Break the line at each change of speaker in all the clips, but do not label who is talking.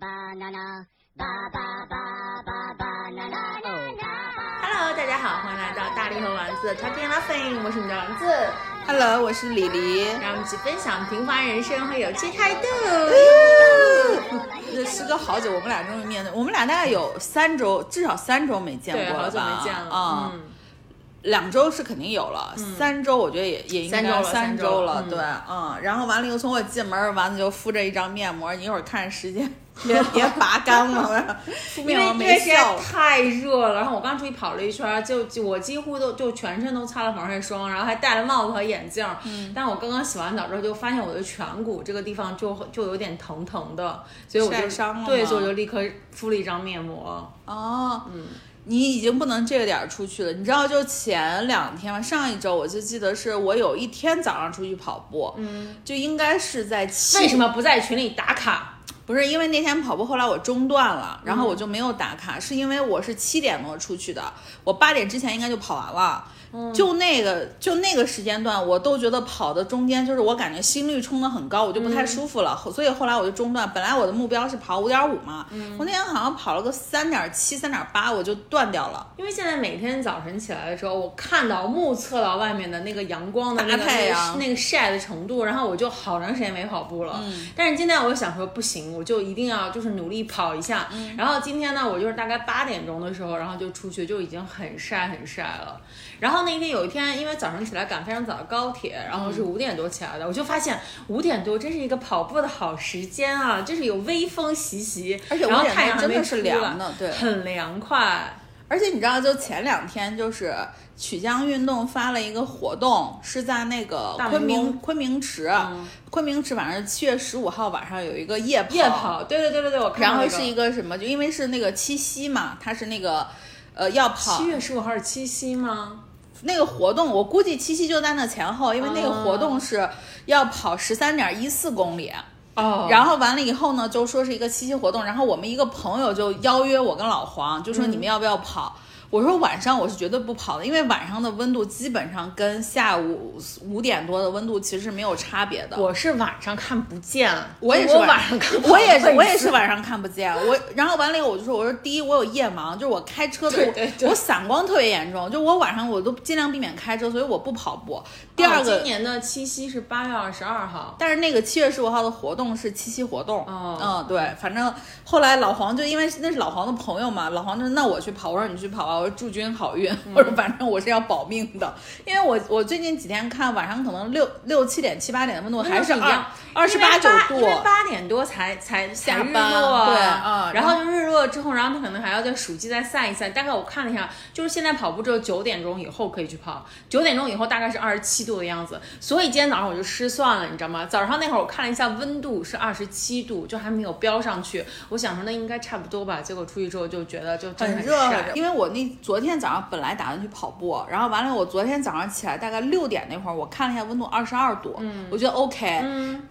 banana, ba ba ba ba banana, na na ba.
Hello，大家好，欢迎来到大力和丸子的 Talking Laughing，我是你的丸子，
Hello，我是李黎。
让我们一起分享平凡人生和有趣态度。
这时隔好久，我们俩终于面对，我们俩大概有三周，至少三周没见
对，
过
好
了
久
吧？
没见了，
啊、
嗯，
两周是肯定有了，三周我觉得也也应该
三周了
三
三周了
了，
嗯
对，嗯。然后完了以后，从我进门，丸子就敷着一张面膜，你一会儿看时 间，别别拔干了，敷
因
面
为
膜
因为
没
实在
效。
太热了，然后我刚出去跑了一圈儿，就就我几乎都就全身都擦了防晒霜，然后还戴了帽子和眼镜儿。
嗯
但我刚刚洗完澡之后，就发现我的颧骨这个地方就就有点疼疼的，所以我就
晒伤了
对，
吗
所以我就立刻敷了一张面膜。
哦，你已经不能这个点儿出去了。你知道，就前两天吧，上一周我就记得是我有一天早上出去跑步，嗯，就应该是在七
为什么不在群里打卡？
不是因为那天跑步，后来我中断了，然后
嗯
我就没有打卡，是因为我是七点多出去的，我八点之前应该就跑完了。
嗯
就那个就那个时间段，我都觉得跑的中间就是我感觉心率冲的很高，我就不
嗯
太舒服了，后所以后来我就中断。本来我的目标是跑五点五嘛，
嗯
我那天好像跑了个三点七、三点八，我就断掉了。
因为现在每天早晨起来的时候，我看到目测到外面的那个阳光的那个
大太阳
那个晒的程度，然后我就好长时间没跑步了。
嗯
但是今天我就想说不行，我就一定要就是努力跑一下。
嗯
然后今天呢，我就是大概八点钟的时候，然后就出去，就已经很晒很晒了。然后那天有一天，因为早上起来赶非常早的高铁，然后
嗯
是五点多起来的，我就发现五点多真是一个跑步的好时间啊，就是有微风习习，
而且
然后
5点
太阳还
真的
没
是
出
凉
来
的对
很凉快。
而且你知道，就前两天就是曲江运动发了一个活动，是在那个
大
昆
明宫
明昆明池，
嗯
昆明池晚上七月十五号晚上有一个夜跑，
夜跑，对对对对对，我看
然
到
后
那
是一
个
个什么？就因为是那个七夕嘛，它是那个呃要跑
七月十五号是七夕吗？
那个活动，我估计七夕就在那前后，因为那个
啊
活动是要跑十三点一四公里。
哦
然后完了以后呢，就说是一个七夕活动，然后我们一个朋友就邀约我跟老黄，就说你们要不要跑？
嗯
我说晚上我是绝对不跑的，因为晚上的温度基本上跟下午五点多的温度其实是没有差别的。
我是晚上看不见，
我也是
我晚上看不见，
我也是，我也是晚上看不见。 我然后完了以后，我就说，我说第一，我有夜盲，就是我开车的，
对对对
我我散光特别严重，就我晚上我都尽量避免开车，所以我不跑步。第二
哦
个，
今年的七夕是八月二十二号，
但是那个七月十五号的活动是七夕活动，
哦
嗯，对，反正后来老黄就因为那是老黄的朋友嘛，老黄就说那我去跑，我说你去跑啊吧，我说祝君好运，
嗯
我说反正我是要保命的，因为我我最近几天看晚上可能六六七点七八点的温度还是
温度是一
二
样
二十八九度，
因为八点多才才
下
才
班
日落，
对嗯
然后就日落之后，然后他可能还要在暑季再晒一晒。大概我看了一下，就是现在跑步只有九点钟以后可以去跑，九点钟以后大概是二十七度的样子。所以今天早上我就失算了，你知道吗？早上那会儿我看了一下温度是二十七度，就还没有标上去。我想说那应该差不多吧，结果出去之后就觉得就真的
很
很
热
晒
很热，因为我那昨天早上本来打算去跑步，然后完了我昨天早上起来大概六点那会儿，我看了一下温度二十二度，
嗯
我觉得 OK，、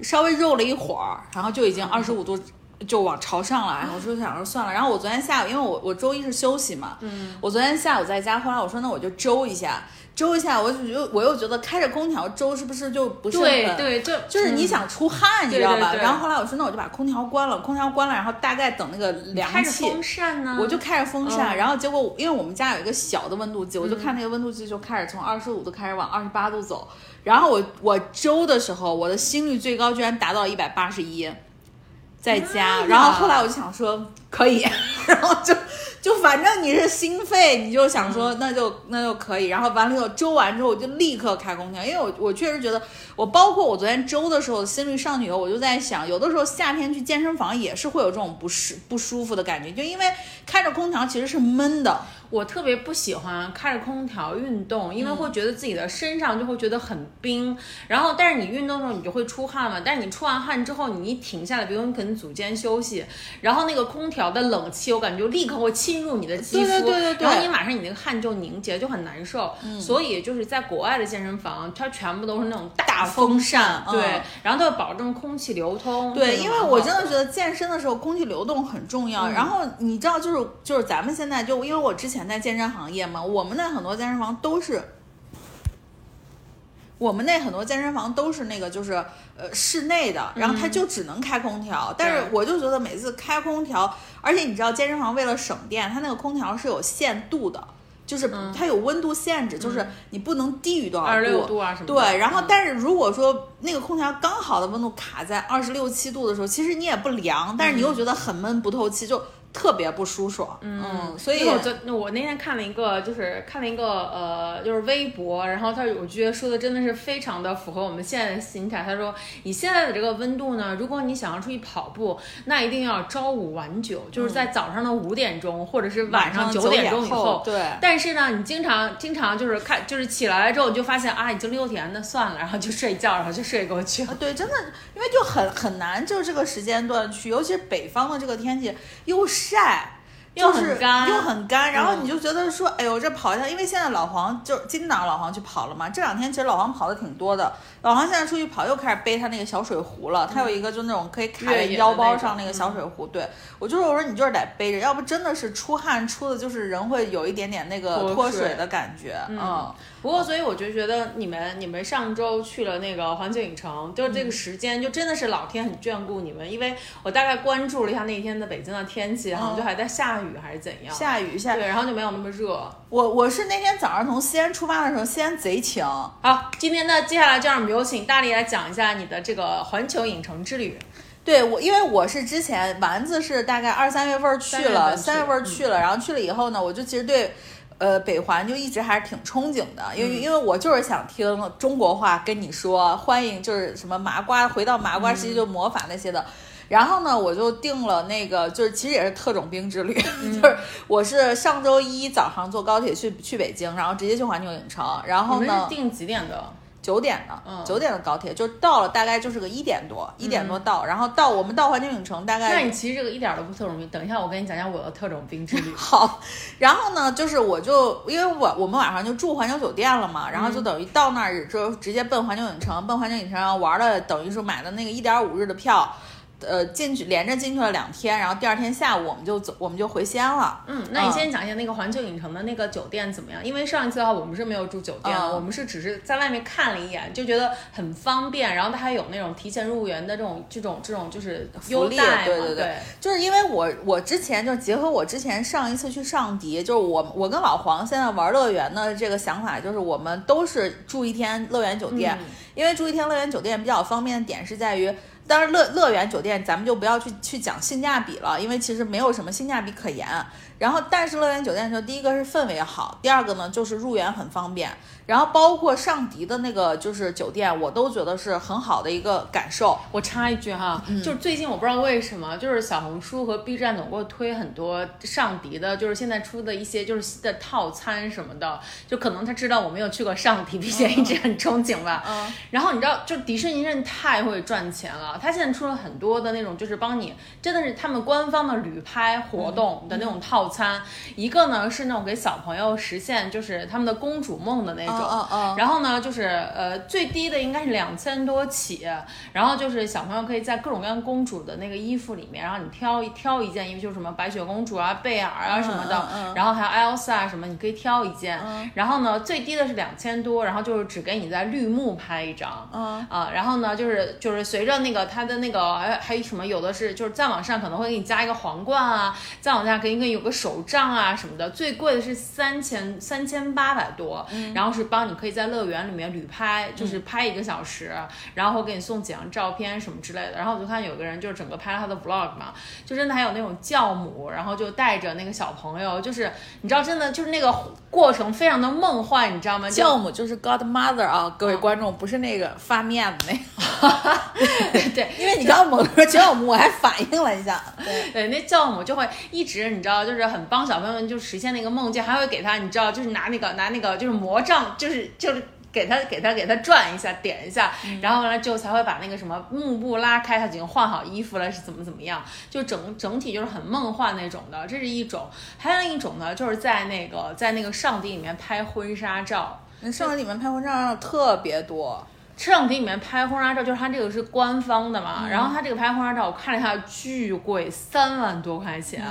稍微肉了一会儿，然后就已经二十五度。就往朝上了，然后我就想说算了。然后我昨天下午，因为我我周一是休息嘛，嗯，我昨天下午在家，后来我说那我就周一下，周一下，我就又我又觉得开着空调周是不是就不是
对
很
对，就
就是你
嗯
想出汗，你
对
知道
对
吧？
对
然后后来我说那我就把空调关了，空调关了，然后大概等那个凉
开着
气，
风扇呢，
我就开着风扇，
嗯
然后结果我因为我们家有一个小的温度计，我就看那个温度计就开始从二十五度开始往二十八度走，然后我我周的时候，我的心率最高居然达到一百八十一，在
妈
家，
呀
然后后来我就想说可以， 然后就就反正你是心肺，你就想说那就那就可以，然后完了以后周完之后我就立刻开空调，因为我我确实觉得我包括我昨天周的时候心率上去以后，我就在想，有的时候夏天去健身房也是会有这种不适不舒服的感觉，就因为开着空调其实是闷的，
我特别不喜欢开着空调运动，
嗯
因为会觉得自己的身上就会觉得很冰。然后，但是你运动的时候你就会出汗嘛，但是你出完汗之后，你一停下来，比如你可能组间休息，然后那个空调的冷气，我感觉就立刻会侵入你的肌肤，
对对对对对嗯
然后你马上你那个汗就凝结，就很难受。所以就是在国外的健身房，它全部都是那种大
大
风
风
扇
扇，
对，
嗯
然后它会保证空气流通。
对，
这种
因
嗯
为
很
我
好
真的觉得健身的时候空气流动很重要。然后你知道，就是就是咱们现在就因为我之前在健身行业嘛，我们那很多健身房都是。我们那很多健身房都是那个就是呃室内的，然后
嗯
它就只能开空调。但是我就觉得每次开空调，而且你知道健身房为了省电，它那个空调是有限度的。就是它有温度限制，就是你不能低于多少度，
嗯二十六度啊什么的
对，然后
嗯
但是如果说那个空调刚好的温度卡在二十六七度的时候，其实你也不凉，但是你又觉得很闷不透气，就特别不舒爽。嗯，所以
因为我昨我那天看了一个，就是看了一个呃，就是微博，然后他有句说的真的是非常的符合我们现在的心态。他说，以现在的这个温度呢，如果你想要出去跑步，那一定要朝五晚九，就是在早上的五点钟或者是晚
嗯晚上
九点
9
钟以
点后对
但是呢，你经常经常就是看，就是起来了之后，你就发现啊，已经六点，那算了，然后就睡觉，然后就睡过去了
啊，。对，真的，因为就很很难，就是这个时间段去，尤其是北方的这个天气又晒。
又
就是
很干
又很干，然后
嗯
你就觉得说，哎呦，这跑一趟，因为现在老黄就是今早老黄去跑了嘛，这两天其实老黄跑的挺多的，老黄现在出去跑又开始背他那个小水壶了，他有一个就那种可以卡在
嗯越野的
腰
那
包上
种嗯
那个小水壶，对我就是我说你就是得背着，要不真的是出汗出的就是人会有一点点那个
脱
脱
水
水的感觉，嗯
不过，所以我就觉得你们你们上周去了那个环球影城，就是这个时间就真的是老天很眷顾你们，因为我大概关注了一下那天的北京的天气，好像就还在下雨还是怎样，
下雨下雨
对，然后就没有那么热。
我我是那天早上从西安出发的时候，西安贼晴。
好，今天呢，接下来就让我们有请大力来讲一下你的这个环球影城之旅。
对我，因为我是之前丸子是大概二三月份去了，
三
三
月
月
份
份
去嗯
去了，然后去了以后呢，我就其实对。呃，北环就一直还是挺憧憬的，因
嗯
为、因为我就是想听中国话跟你说，欢迎就是什么麻瓜回到麻瓜
嗯
世界就魔法那些的。然后呢，我就定了那个，就是其实也是特种兵之旅，
嗯
就是我是上周一早上坐高铁去去北京，然后直接去环球影城，然后
你
呢，
们是定几点的？
九点的
嗯，
九点的高铁就到了，大概就是个一点多，一点多到，然后到我们到环球影城大
那
概。
你其实这个一点都不特种兵。等一下，我跟你讲讲我的特种兵之旅
好，然后呢，就是我就因为我我们晚上就住环球酒店了嘛，然后
嗯
就等于到那儿就直接奔环球影城，奔环球影城然后玩了，等于是买的那个一点五日的票。呃，进去连着进去了两天，然后第二天下午我们就走，我们就回西安了。
嗯，那你先讲一下那个环球影城的那个酒店怎么样？因为上一次的话，我们是没有住酒店的，
嗯
我们是只是在外面看了一眼，就觉得很方便。然后它还有那种提前入园的这种、这种、这种，就是
福
优
利
待嘛，
对
对
对对就是因为我我之前就结合我之前上一次去上迪，就是我我跟老黄现在玩乐园的这个想法，就是我们都是住一天乐园酒
嗯
店，因为住一天乐园酒店比较方便的点是在于。当然乐，乐园酒店咱们就不要去去讲性价比了，因为其实没有什么性价比可言。然后，但是乐园酒店就第一个是氛围好，第二个呢就是入园很方便，然后包括上迪的那个就是酒店，我都觉得是很好的一个感受。
我插一句哈，就是最近我不知道为什么，就是小红书和 B 站总给我推很多上迪的，就是现在出的一些就是新的套餐什么的，就可能他知道我没有去过上迪，并且一直很憧憬吧。
嗯
然后你知道，就迪士尼真的太会赚钱了，他现在出了很多的那种，就是帮你真的是他们官方的旅拍活动的那种套餐，一个呢是那种给小朋友实现就是他们的公主梦的那种，
嗯嗯嗯
然后呢，就是呃最低的应该是两千多起，然后就是小朋友可以在各种各样公主的那个衣服里面，然后你挑一挑一件衣服，就是什么白雪公主啊、贝尔啊什么的，
嗯嗯
然后还有 Elsa 啊什么，你可以挑一件。然后呢，最低的是两千多，然后就是只给你在绿幕拍一张。
嗯
啊，然后呢，就是就是随着那个它的那个还还有什么，有的是就是再往上可能会给你加一个皇冠啊，再往下给你给你有个手杖啊什么的，最贵的是三千三千八百多，
嗯
然后是帮你可以在乐园里面旅拍，就是拍一个小时，然后会给你送几张照片什么之类的。然后我就看有个人就是整个拍了他的 vlog 嘛，就真的还有那种教母，然后就带着那个小朋友，就是你知道真的就是那个过程非常的梦幻，你知道吗？就
酵母就是 godmother 啊，各位观众，不是那个发面的那个，
对，
因为你刚刚猛地说酵母，我还反应了一下。对，
对，那教母就会一直，你知道，就是很帮小朋友们就实现那个梦境，还会给他，你知道，就是拿那个拿那个就是魔杖，就是就是。给他给他给他转一下，点一下，然后呢就才会把那个什么幕布拉开，他已经换好衣服了，是怎么怎么样，就整整体就是很梦幻那种的，这是一种。还有一种呢，就是在那个在那个上帝里面拍婚纱照，
那上海里面拍婚照特别多，
摄像机里面拍婚纱照，就是它这个是官方的嘛，然后它这个拍婚纱照我看了一下，巨贵，三万多块钱。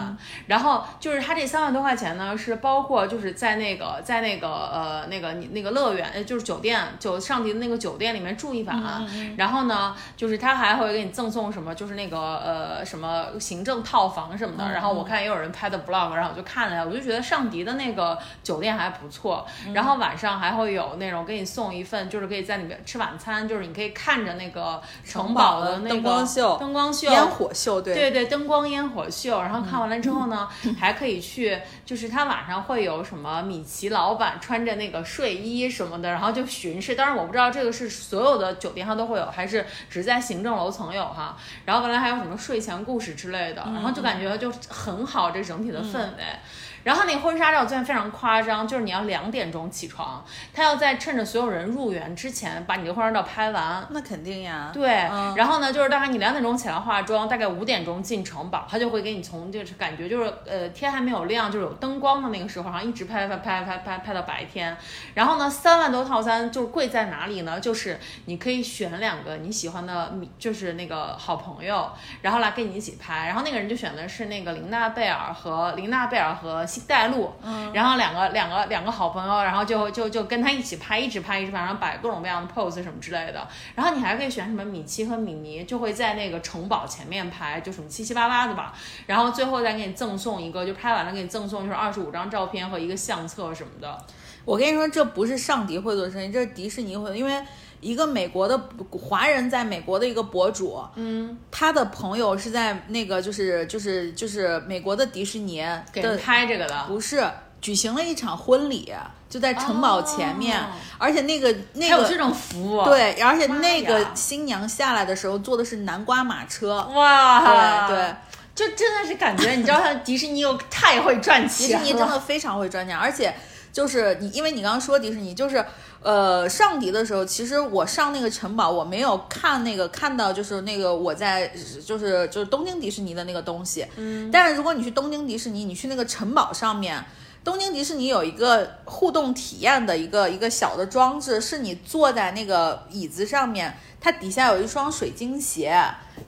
然后就是它这三万多块钱呢，是包括就是在那个在那个呃那个你那个乐园，呃就是酒店酒上级的那个酒店里面住一晚，
嗯
然后呢，就是他还会给你赠送什么，就是那个呃什么行政套房什么
嗯
的。然后我看也有人拍的 vlog，然后我就看了一下，我就觉得上迪的那个酒店还不错。
嗯
然后晚上还会有那种给你送一份，就是可以在里面吃晚餐，就是你可以看着那个城堡的那个
灯光秀
灯光秀、
烟火秀，对
对对，灯光烟火秀，然后看完了之后呢， 还可以去，就是他晚上会有什么米奇老板穿着那个睡衣什么的，然后就巡视。当然我不知道这个是所有的酒店它都会有，还是只在行政楼层有哈。然后完了还有什么睡前故事之类的，然后就感觉就很好，这整体的氛围。然后那个婚纱照虽然非常夸张，就是你要两点钟起床，他要在趁着所有人入园之前把你的婚纱照拍完，
那肯定呀，
对，然后呢，就是大概你两点钟起来化妆，大概五点钟进城堡，他就会给你从就是感觉就是呃天还没有亮，就是有灯光的那个时候，然后一直拍拍拍拍拍拍到白天。然后呢，三万多套餐就是贵在哪里呢？就是你可以选两个你喜欢的米，就是那个好朋友，然后来跟你一起拍。然后那个人就选的是那个琳娜贝尔和琳娜贝尔和西黛露，然后两个两个两个好朋友，然后就就就跟他一起拍，一直拍一直拍，然后摆各种各样的 pose 什么之类的。然后你还可以选什么米奇和米妮，就会在那个城堡前面拍，就什么七七八八的吧。然后最后再给你赠送一个，就拍完了给你赠送就是二十五张照片和一个相册什么的。
我跟你说，这不是上迪会做的生意，这是迪士尼会，因为一个美国的华人在美国的一个博主，嗯，他的朋友是在那个就是就是就是美国的迪士尼
给人
的，
拍这个的，
不是举行了一场婚礼，就在城堡前面，
哦
而且那个那
还有这
个。
种服务，，
对，而且
妈
那个
呀
新娘下来的时候坐的是南瓜马车，
哇，
对对，
就真的是感觉，你知道他迪士尼又太会赚
迪
钱
士
了，
尼真的非常会赚钱，而且就是你，因为你刚刚说迪士尼，就是呃上迪的时候，其实我上那个城堡，我没有看那个看到就是那个我在就是就是东京迪士尼的那个东西，嗯，但是如果你去东京迪士尼，你去那个城堡上面。东京迪士尼有一个互动体验的一个一个小的装置，是你坐在那个椅子上面，它底下有一双水晶鞋，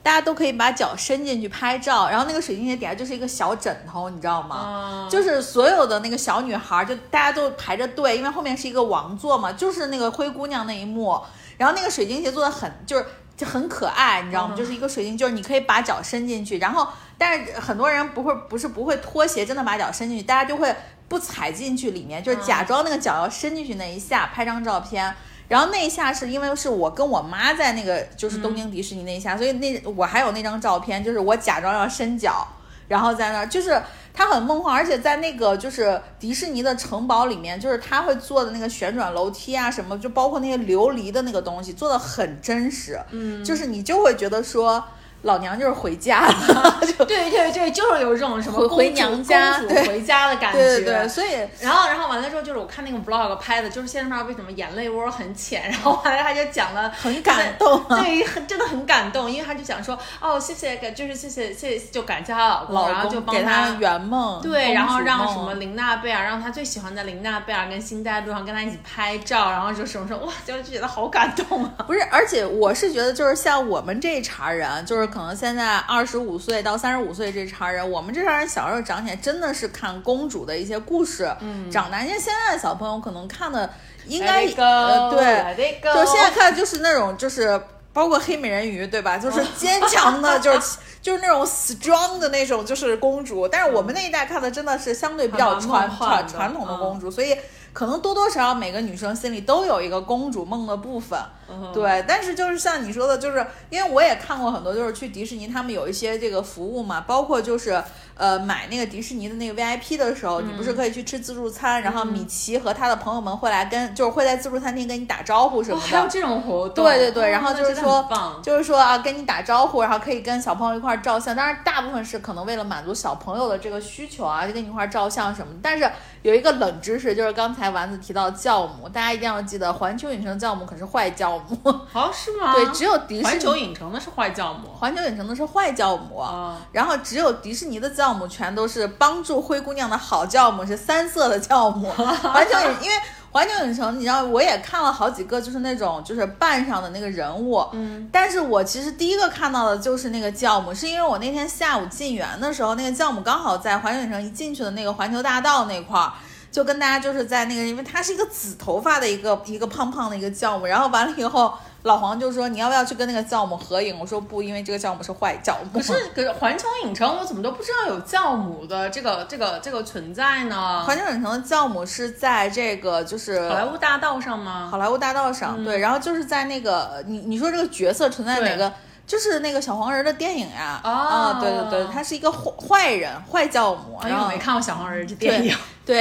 大家都可以把脚伸进去拍照，然后那个水晶鞋底下就是一个小枕头，你知道吗？就是所有的那个小女孩儿，就大家都排着队，因为后面是一个王座嘛，就是那个灰姑娘那一幕，然后那个水晶鞋做的很就是。就很可爱，你知道吗？就是一个水晶，就是你可以把脚伸进去，然后但是很多人不会不是不会脱鞋，真的把脚伸进去，大家就会不踩进去里面，就是假装那个脚要伸进去那一下拍张照片。然后那一下是因为是我跟我妈在那个就是东京迪士尼那一下，所以那我还有那张照片，就是我假装要伸脚，然后在那儿就是它很梦幻，而且在那个就是迪士尼的城堡里面，就是它会做的那个旋转楼梯啊什么，就包括那些琉璃的那个东西，做的很真实，嗯，就是你就会觉得说老娘就是回家了， 就
对对对，就是有这种什么
回
公
回
主
娘家
公主
对
回家的感觉，
对对对，所以
然后，然后完了之后，就是我看那个 vlog 拍的，就是现在不知道为什么眼泪窝很浅， 然后完了他就讲了。
很感动啊。
对，很真的很感动，因为他就讲说，哦，谢谢，感就是谢谢，谢谢，就感谢她老公，
老
然后
公
就帮
给
她
她圆梦，
对，然后
公主
让
梦
什么琳娜贝尔，让她最喜欢的琳娜贝尔跟辛黛露，然后跟她一起拍照，然后就什么什么，哇，就觉得好感动啊！
不是，而且我是觉得，就是像我们这一茬人，啊就是可能现在二十五岁到三十五岁这茬人，我们这茬人小时候长起来真的是看公主的一些故事，嗯，长大。因为现在的小朋友可能看的 应该
Let it go，
呃，对，
，Let it go，
就现在看就是那种就是包括黑美人鱼对吧？
嗯
就是坚强的，就是就是那种 strong 的那种就是公主。但是我们那一代看的真的是相对比较
嗯还蛮梦幻
传传
的嗯
传统的公主，所以可能多多少少每个女生心里都有一个公主梦的部分。
嗯
对，但是就是像你说的，就是因为我也看过很多，就是去迪士尼他们有一些这个服务嘛，包括就是呃买那个迪士尼的那个 VIP 的时候，你
嗯
不是可以去吃自助餐，然后米奇和他的朋友们会来跟，就是会在自助餐厅跟你打招呼什
哇，
么
哦还有
的。
这种活动，
对对对，
哦
然后
那
就是
真的
说
很棒，
就是说啊，跟你打招呼，然后可以跟小朋友一块儿照相。当然，大部分是可能为了满足小朋友的这个需求啊，就跟你一块儿照相什么的。但是有一个冷知识，就是刚才丸子提到教母，大家一定要记得，环球影城教母可是坏教母，
哦，是吗？
对，只有迪士
环
尼
球影城的是坏教母
环球影城的是坏教母，
啊，
然后只有迪士尼的教母全都是帮助灰姑娘的好教母，是三色的教母。环球影，因为环球影城，你知道我也看了好几个，就是那种就是扮上的那个人物，嗯，但是我其实第一个看到的就是那个教母，是因为我那天下午进园的时候，那个教母刚好在环球影城一进去的那个环球大道那块儿。就跟大家就是在那个，因为她是一个紫头发的一个一个胖胖的一个教母，然后完了以后，老黄就说你要不要去跟那个教母合影？我说不，因为这个教母是坏教母。
可是可是环球影城我怎么都不知道有教母的这个这个这个存在呢？
环球影城的教母是在这个就是
好莱坞大道上吗？
好莱坞大道上，对，
嗯
然后就是在那个你你说这个角色存在哪个？就是那个小黄人的电影呀、啊，
哦
对对对，他是一个坏坏人，坏教母，
哎
然
呦，
后
我没看过《小黄人》这电影。
对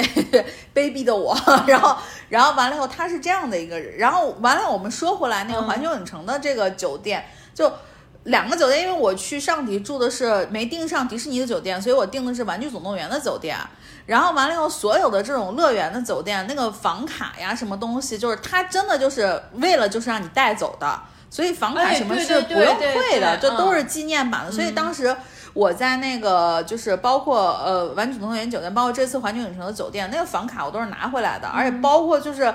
卑鄙的我， 然后然后完了以后，他是这样的一个人，然后完了我们说回来
嗯
那个环球影城的这个酒店，就两个酒店，因为我去上迪住的是没订上迪士尼的酒店，所以我订的是玩具总动员的酒店。然后完了以后，所有的这种乐园的酒店，那个房卡呀，什么东西，就是它真的就是为了就是让你带走的，所以房卡
哎
什么
对
是
对
不用
对对
退的，
对
这都
嗯
是纪念版的。所以当时我在那个就是包括呃玩具总动员酒店，包括这次环球影城的酒店，那个房卡我都是拿回来的，而且
嗯
包括就是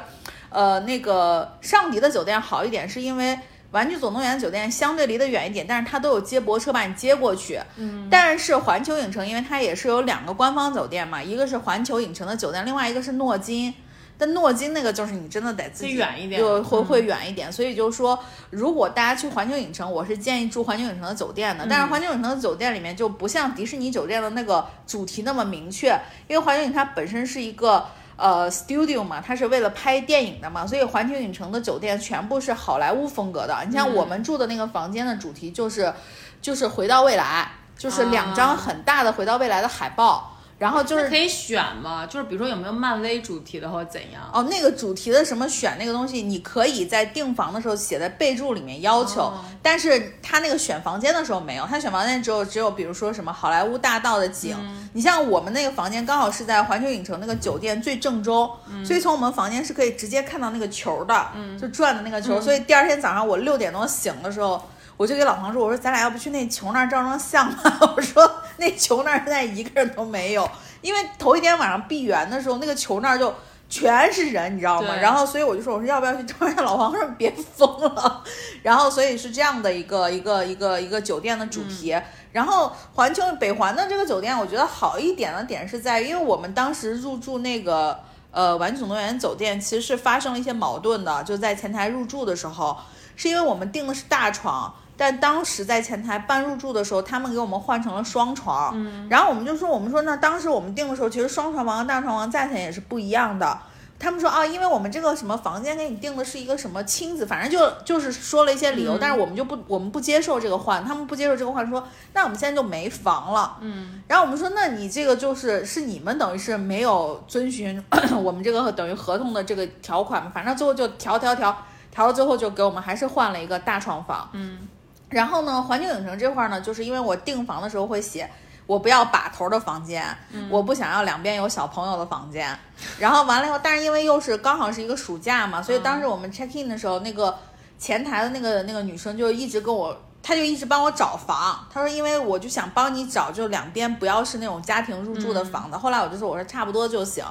呃那个上迪的酒店好一点，是因为。玩具总动员酒店相对离得远一点，但是它都有接驳车把你接过去。嗯，但是环球影城，因为它也是有两个官方酒店嘛，一个是环球影城的酒店，另外一个是诺金。但诺金那个就是你真的得自己
得远一点
就会
嗯
会远一点。所以就是说，如果大家去环球影城，我是建议住环球影城的酒店的。但是环球影城的酒店里面就不像迪士尼酒店的那个主题那么明确，因为环球影城它本身是一个。呃，studio 嘛，它是为了拍电影的嘛，所以环球影城的酒店全部是好莱坞风格的。你像我们住的那个房间的主题就是，就是回到未来，就是两张很大的回到未来的海报，然后就
那
是
可以选吗？就是比如说有没有漫威主题的，或者怎样？
哦，那个主题的什么选那个东西，你可以在订房的时候写在备注里面要求，
哦
但是他那个选房间的时候没有，他选房间只有只有比如说什么好莱坞大道的景，
嗯
你像我们那个房间刚好是在环球影城那个酒店最正中，
嗯
所以从我们房间是可以直接看到那个球的，就转的那个
嗯
球，所以第二天早上我六点多醒的时候。我就给老黄说：“我说咱俩要不去那球那儿照张相吧？ 我说那球那儿现在一个人都没有，因为头一天晚上闭园的时候，那个球那儿就全是人，你知道吗？
对
然后所以我就说，我说要不要去 照张相？老黄说别疯了。然后所以是这样的一个一个一个一个酒店的主题。然后环球北环的这个酒店，我觉得好一点的点是在于，因为我们当时入住那个呃玩具总动员酒店，其实是发生了一些矛盾的，就在前台入住的时候，是因为我们订的是大床。但当时在前台办入住的时候，他们给我们换成了双床，嗯，然后我们就说，我们说那当时我们订的时候，其实双床房和大床房价钱也是不一样的，他们说啊，因为我们这个什么房间给你定的是一个什么亲子，反正就就是说了一些理由，但是我们就不我们不接受这个换，他们不接受这个换，说那我们现在就没房了。嗯，然后我们说，那你这个就是是你们等于是没有遵循 我们这个等于合同的这个条款嘛，反正最后就调调调调到最后就给我们还是换了一个大床房。嗯，然后呢，环球影城这块儿呢，就是因为我订房的时候会写。我不要把头的房间，我不想要两边有小朋友的房间。然后完了以后，但是因为又是刚好是一个暑假嘛，所以当时我们 check in 的时候，那个前台的那个那个女生就一直跟我，她就一直帮我找房。她说，因为我就想帮你找，就两边不要是那种家庭入住的房子。后来我就说，我说差不多就行。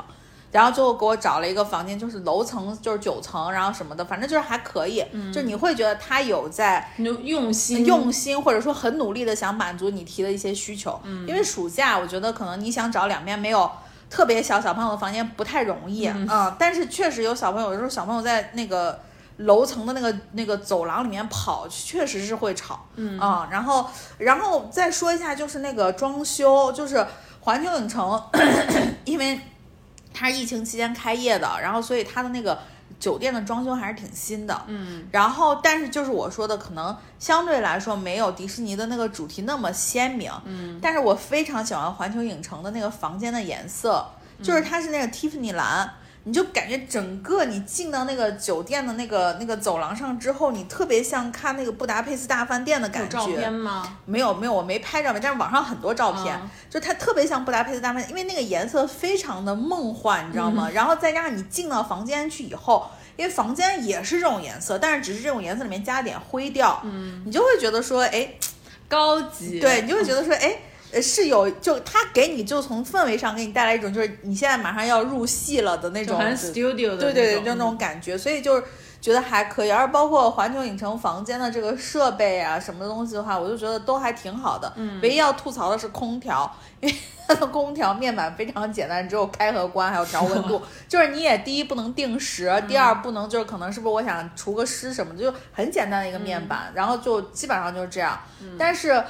然后最后给我找了一个房间，就是楼层就是九层，然后什么的，反正就是还可以，就你会觉得她有在
你就用心
用心或者说很努力的想满足你提的一些需求。嗯，因为暑假我觉得可能你想找两边没有特别小小朋友的房间不太容易啊、嗯但是确实有小朋友，有时候小朋友在那个。楼层的那个那个走廊里面跑，确实是会吵，嗯啊，然后然后再说一下，就是那个装修，就是环球影城， 因为它是疫情期间开业的，然后所以它的那个酒店的装修还是挺新的，嗯，然后但是就是我说的，可能相对来说没有迪士尼的那个主题那么鲜明，嗯，但是我非常喜欢环球影城的那个房间的颜色，就是它是那个蒂芙尼蓝。你就感觉整个你进到那个酒店的那个那个走廊上之后，你特别像看那个布达佩斯大饭店的感
有
觉。
照片吗？
没有没有，我没拍照片，但是网上很多照片，
嗯
就它特别像布达佩斯大饭店，因为那个颜色非常的梦幻，你知道吗？
嗯
然后再加上你进到房间去以后，因为房间也是这种颜色，但是只是这种颜色里面加点灰调，嗯，你就会觉得说，哎，
高级嗯
对，你就会觉得说，哎，呃是有就他给你就从氛围上给你带来一种就是你现在马上要入戏了的那
就
种
很 studio 的
对对对，就
那
那种感觉，所以就是觉得还可以。而包括环球影城房间的这个设备啊，什么东西的话，我就觉得都还挺好的。嗯，唯一要吐槽的是空调，因为它的空调面板非常简单，只有开和关，还有调温度。就是你也第一不能定时，第二不能就是可能是不是我想除个湿什么的，就很简单的一个面板，然后就基本上就是这样。但是。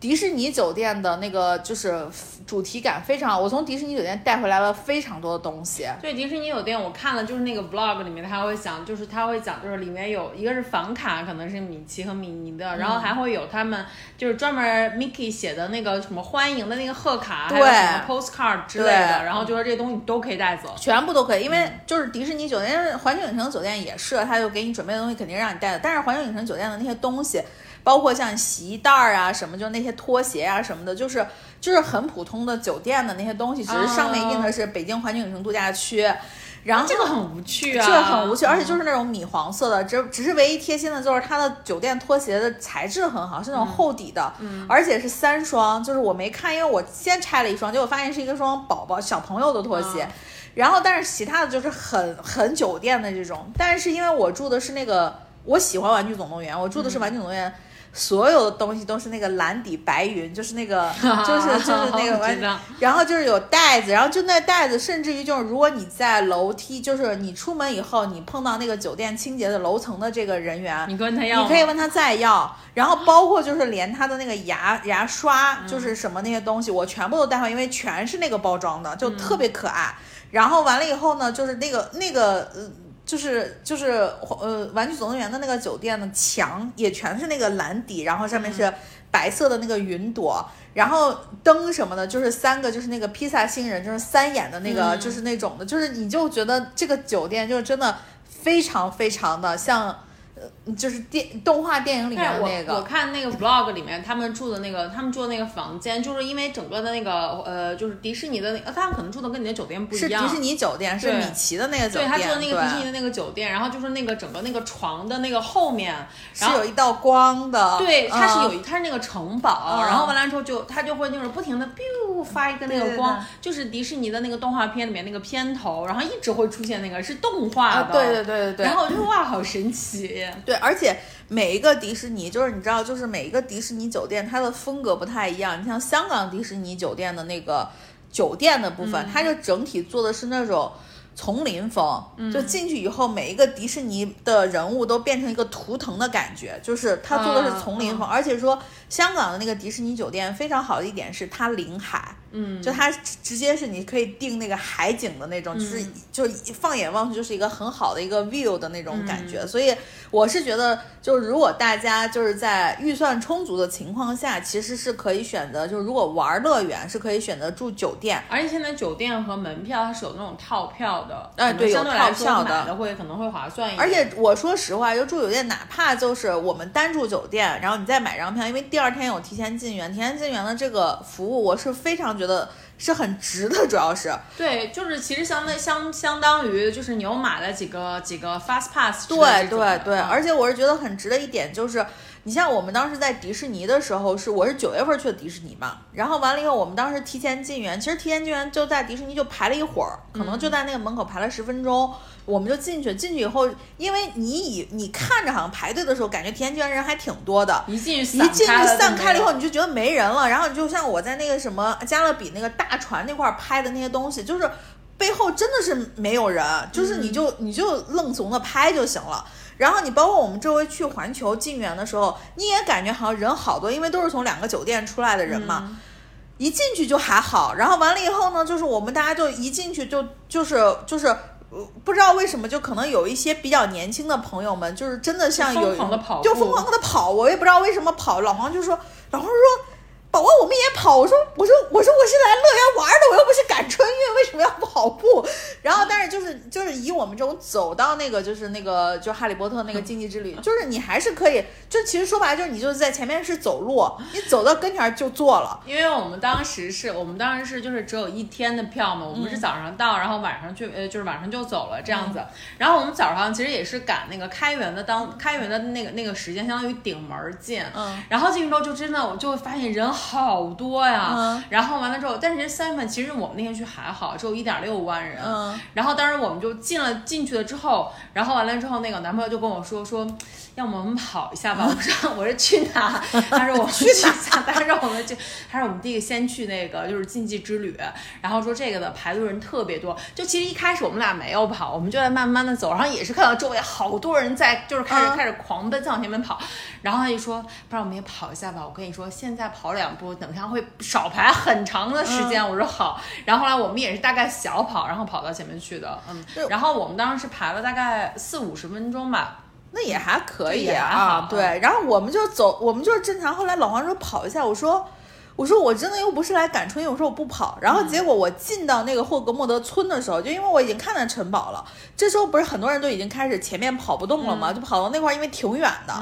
迪士尼酒店的那个就是主题感非常好，我从迪士尼酒店带回来了非常多的东西，
对迪士尼酒店，我看了就是那个 vlog 里面，他会讲，就是他会讲，就是里面有一个是房卡，可能是米奇和米妮的，
嗯
然后还会有他们就是专门 Mickey 写的那个什么欢迎的那个贺卡，还有
对
什么 postcard 之类的，
对
然后就说这些东西你都可以带走。
全部都可以，因为就是迪士尼酒店、环球影城酒店也是，它就给你准备的东西肯定让你带的。但是环球影城酒店的那些东西，包括像洗衣袋儿啊什么，就那些拖鞋啊什么的，就是就是很普通的酒店的那些东西，只是上面印的是北京环球影城度假区，然后
这个很无趣啊，
这个很无趣，而且就是是那种米黄色的，只只是唯一贴心的就是它的酒店拖鞋的材质很好，是
嗯
那种厚底的，而且是三双，就是我没看，因为我先拆了一双，结果发现是一个双宝宝小朋友的拖鞋。
嗯
然后，但是其他的就是很很酒店的这种，但是因为我住的是那个，我喜欢《玩具总动员》，我住的是《玩具总动
嗯
员》所有的东西都是那个蓝底白云，就是那个，就是就是 那个
我
玩
知道
然后就是有袋子，然后就那袋子，甚至于就是如果你在楼梯，就是你出门以后，你碰到那个酒店清洁的楼层的这个人员，
你跟他要吗
你可以问他再要，然后包括就是连他的那个牙牙刷，
嗯
就是什么那些东西，我全部都带回来，因为全是那个包装的，就
嗯
特别可爱。然后完了以后呢，就是那个那个呃。就是就是呃，玩具总动员的那个酒店的墙也全是那个蓝底，然后上
嗯
面是白色的那个云朵，然后灯什么的，就是三个就是那个披萨星人，就是三眼的那
嗯
个，就是那种的，就是你就觉得这个酒店就真的非常非常的像呃就是电动画电影里面
但
的
是我
那
哎我
个，
看那个 vlog 里面，他们住的那个，他们住的那个房间，就是因为整个的那个呃，就是迪士尼的那个，呃他们可能住的跟你的酒店不一
是
样。
迪士尼酒店，是
对
米奇的那个酒
对
店，
他
对，
住的那个迪士尼的那个酒店，然后就是那个整个那个床的那个后面，然
是
后
有一道光的，
对，它是有
嗯
一，它是那个城堡，
嗯
然后完了之后就它就会就是不停的 biu 发一个那
对
个
对
光
对，
就是迪士尼的那个动画片里面那个片头，然后一直会出现那个是动画
啊，
的，
对对对对对，
然后我就哇，好神奇，
对，而且每一个迪士尼，就是你知道，就是每一个迪士尼酒店它的风格不太一样。你像香港迪士尼酒店的那个酒店的部分，它就整体做的是那种。丛林风，就进去以后，每一个迪士尼的人物都变成一个图腾的感觉，就是它做的是丛林风，而且说香港的那个迪士尼酒店非常好的一点是它临海，
嗯，
就它直直接是你可以定那个海景的那种，就是就一放眼望去就是一个很好的一个 view 的那种感觉。所以我是觉得，就是如果大家就是在预算充足的情况下，其实是可以选择，就是如果玩乐园是可以选择住酒店。
而且现在酒店和门票它是有那种套票的，
哎
可能
对有
相对来
套
说
票的
买的会可能会划算一点，
而且我说实话，就住酒店，哪怕就是我们单住酒店，然后你再买张票，因为第二天有提前进园，提前进园的这个服务，我是非常觉得是很值的，主要是。
对，就是其实相对相相当于就是你又买了几个几个 fast pass，之类的
对
这种
对
的
对，
嗯
而且我是觉得很值的一点就是，你像我们当时在迪士尼的时候是，我是九月份去的迪士尼嘛，然后完了以后，我们当时提前进园，其实提前进园就在迪士尼就排了一会儿，可能就在那个门口排了十分钟，我们就进去，进去以后，因为你以你看着好像排队的时候，感觉提前进园人还挺多的，
一进去
一进去散开了以
就没有，
后，你就觉得没人了。然后你就像我在那个什么加勒比那个大船那块儿拍的那些东西，就是背后真的是没有人，就是你就、你就愣怂的拍就行了。然后你包括我们这回去环球进园的时候，你也感觉好像人好多，因为都是从两个酒店出来的人嘛。
嗯
一进去就还好，然后完了以后呢，就是我们大家就一进去就就是就是。呃不知道为什么，就可能有一些比较年轻的朋友们，就是真的像有
疯狂地跑
就
步
疯狂的跑。我也不知道为什么跑。老黄就说，老黄说，宝宝我们也跑。我说，我说，我说我是来乐园玩的，我又不是赶春运，为什么要跑步？然后，但是就是就是就是以我们这种走到那个就是那个就哈利波特那个禁忌之 旅，就是你还是可以，就其实说白了就是你就是在前面是走路，你走到跟前儿就坐了。
因为我们当时是我们当时是就是只有一天的票嘛，我
嗯
们是早上到，然后晚上去呃就是晚上就走了这样子。然后我们早上其实也是赶那个开园的当开园的那个那个时间，相当于顶门儿进。
嗯，
然后进去之后就真的我就会发现人好多呀。
嗯
然后完了之后，但是三月份其实我们那天去还好，只有一点六万人。
嗯，
然后当时我们就进了进去了之后，然后完了之后，那个男朋友就跟我说说，要么我们跑一 下吧。我说我说去哪？他说我们去一下。他说我们去，他说我们第一个先去那个就是禁忌之旅，然后说这个的排队人特别多。就其实一开始我们俩没有跑，我们就在慢慢的走，然后也是看到周围好多人在就是开始、
嗯
开始狂奔在往前面跑，然后他就说，不然我们也跑一下吧。我跟你说，现在跑两步，等一下会少排很长的时
嗯
间。我说好。然后后来我们也是大概小跑，然后跑到前面去的，嗯
对。
然后我们当时是排了大概四五十分钟吧，
那也还可
这
以
也还
啊
好。嗯
对，然后我们就走，我们就是正常。后来老黄说跑一下，我说。我说我真的又不是来赶春运，我说我不跑。然
嗯
后结果我进到那个霍格莫德村的时候，就因为我已经看到城堡了，这时候不是很多人都已经开始前面跑不动了吗？
嗯
就跑到那块儿，因为挺远的。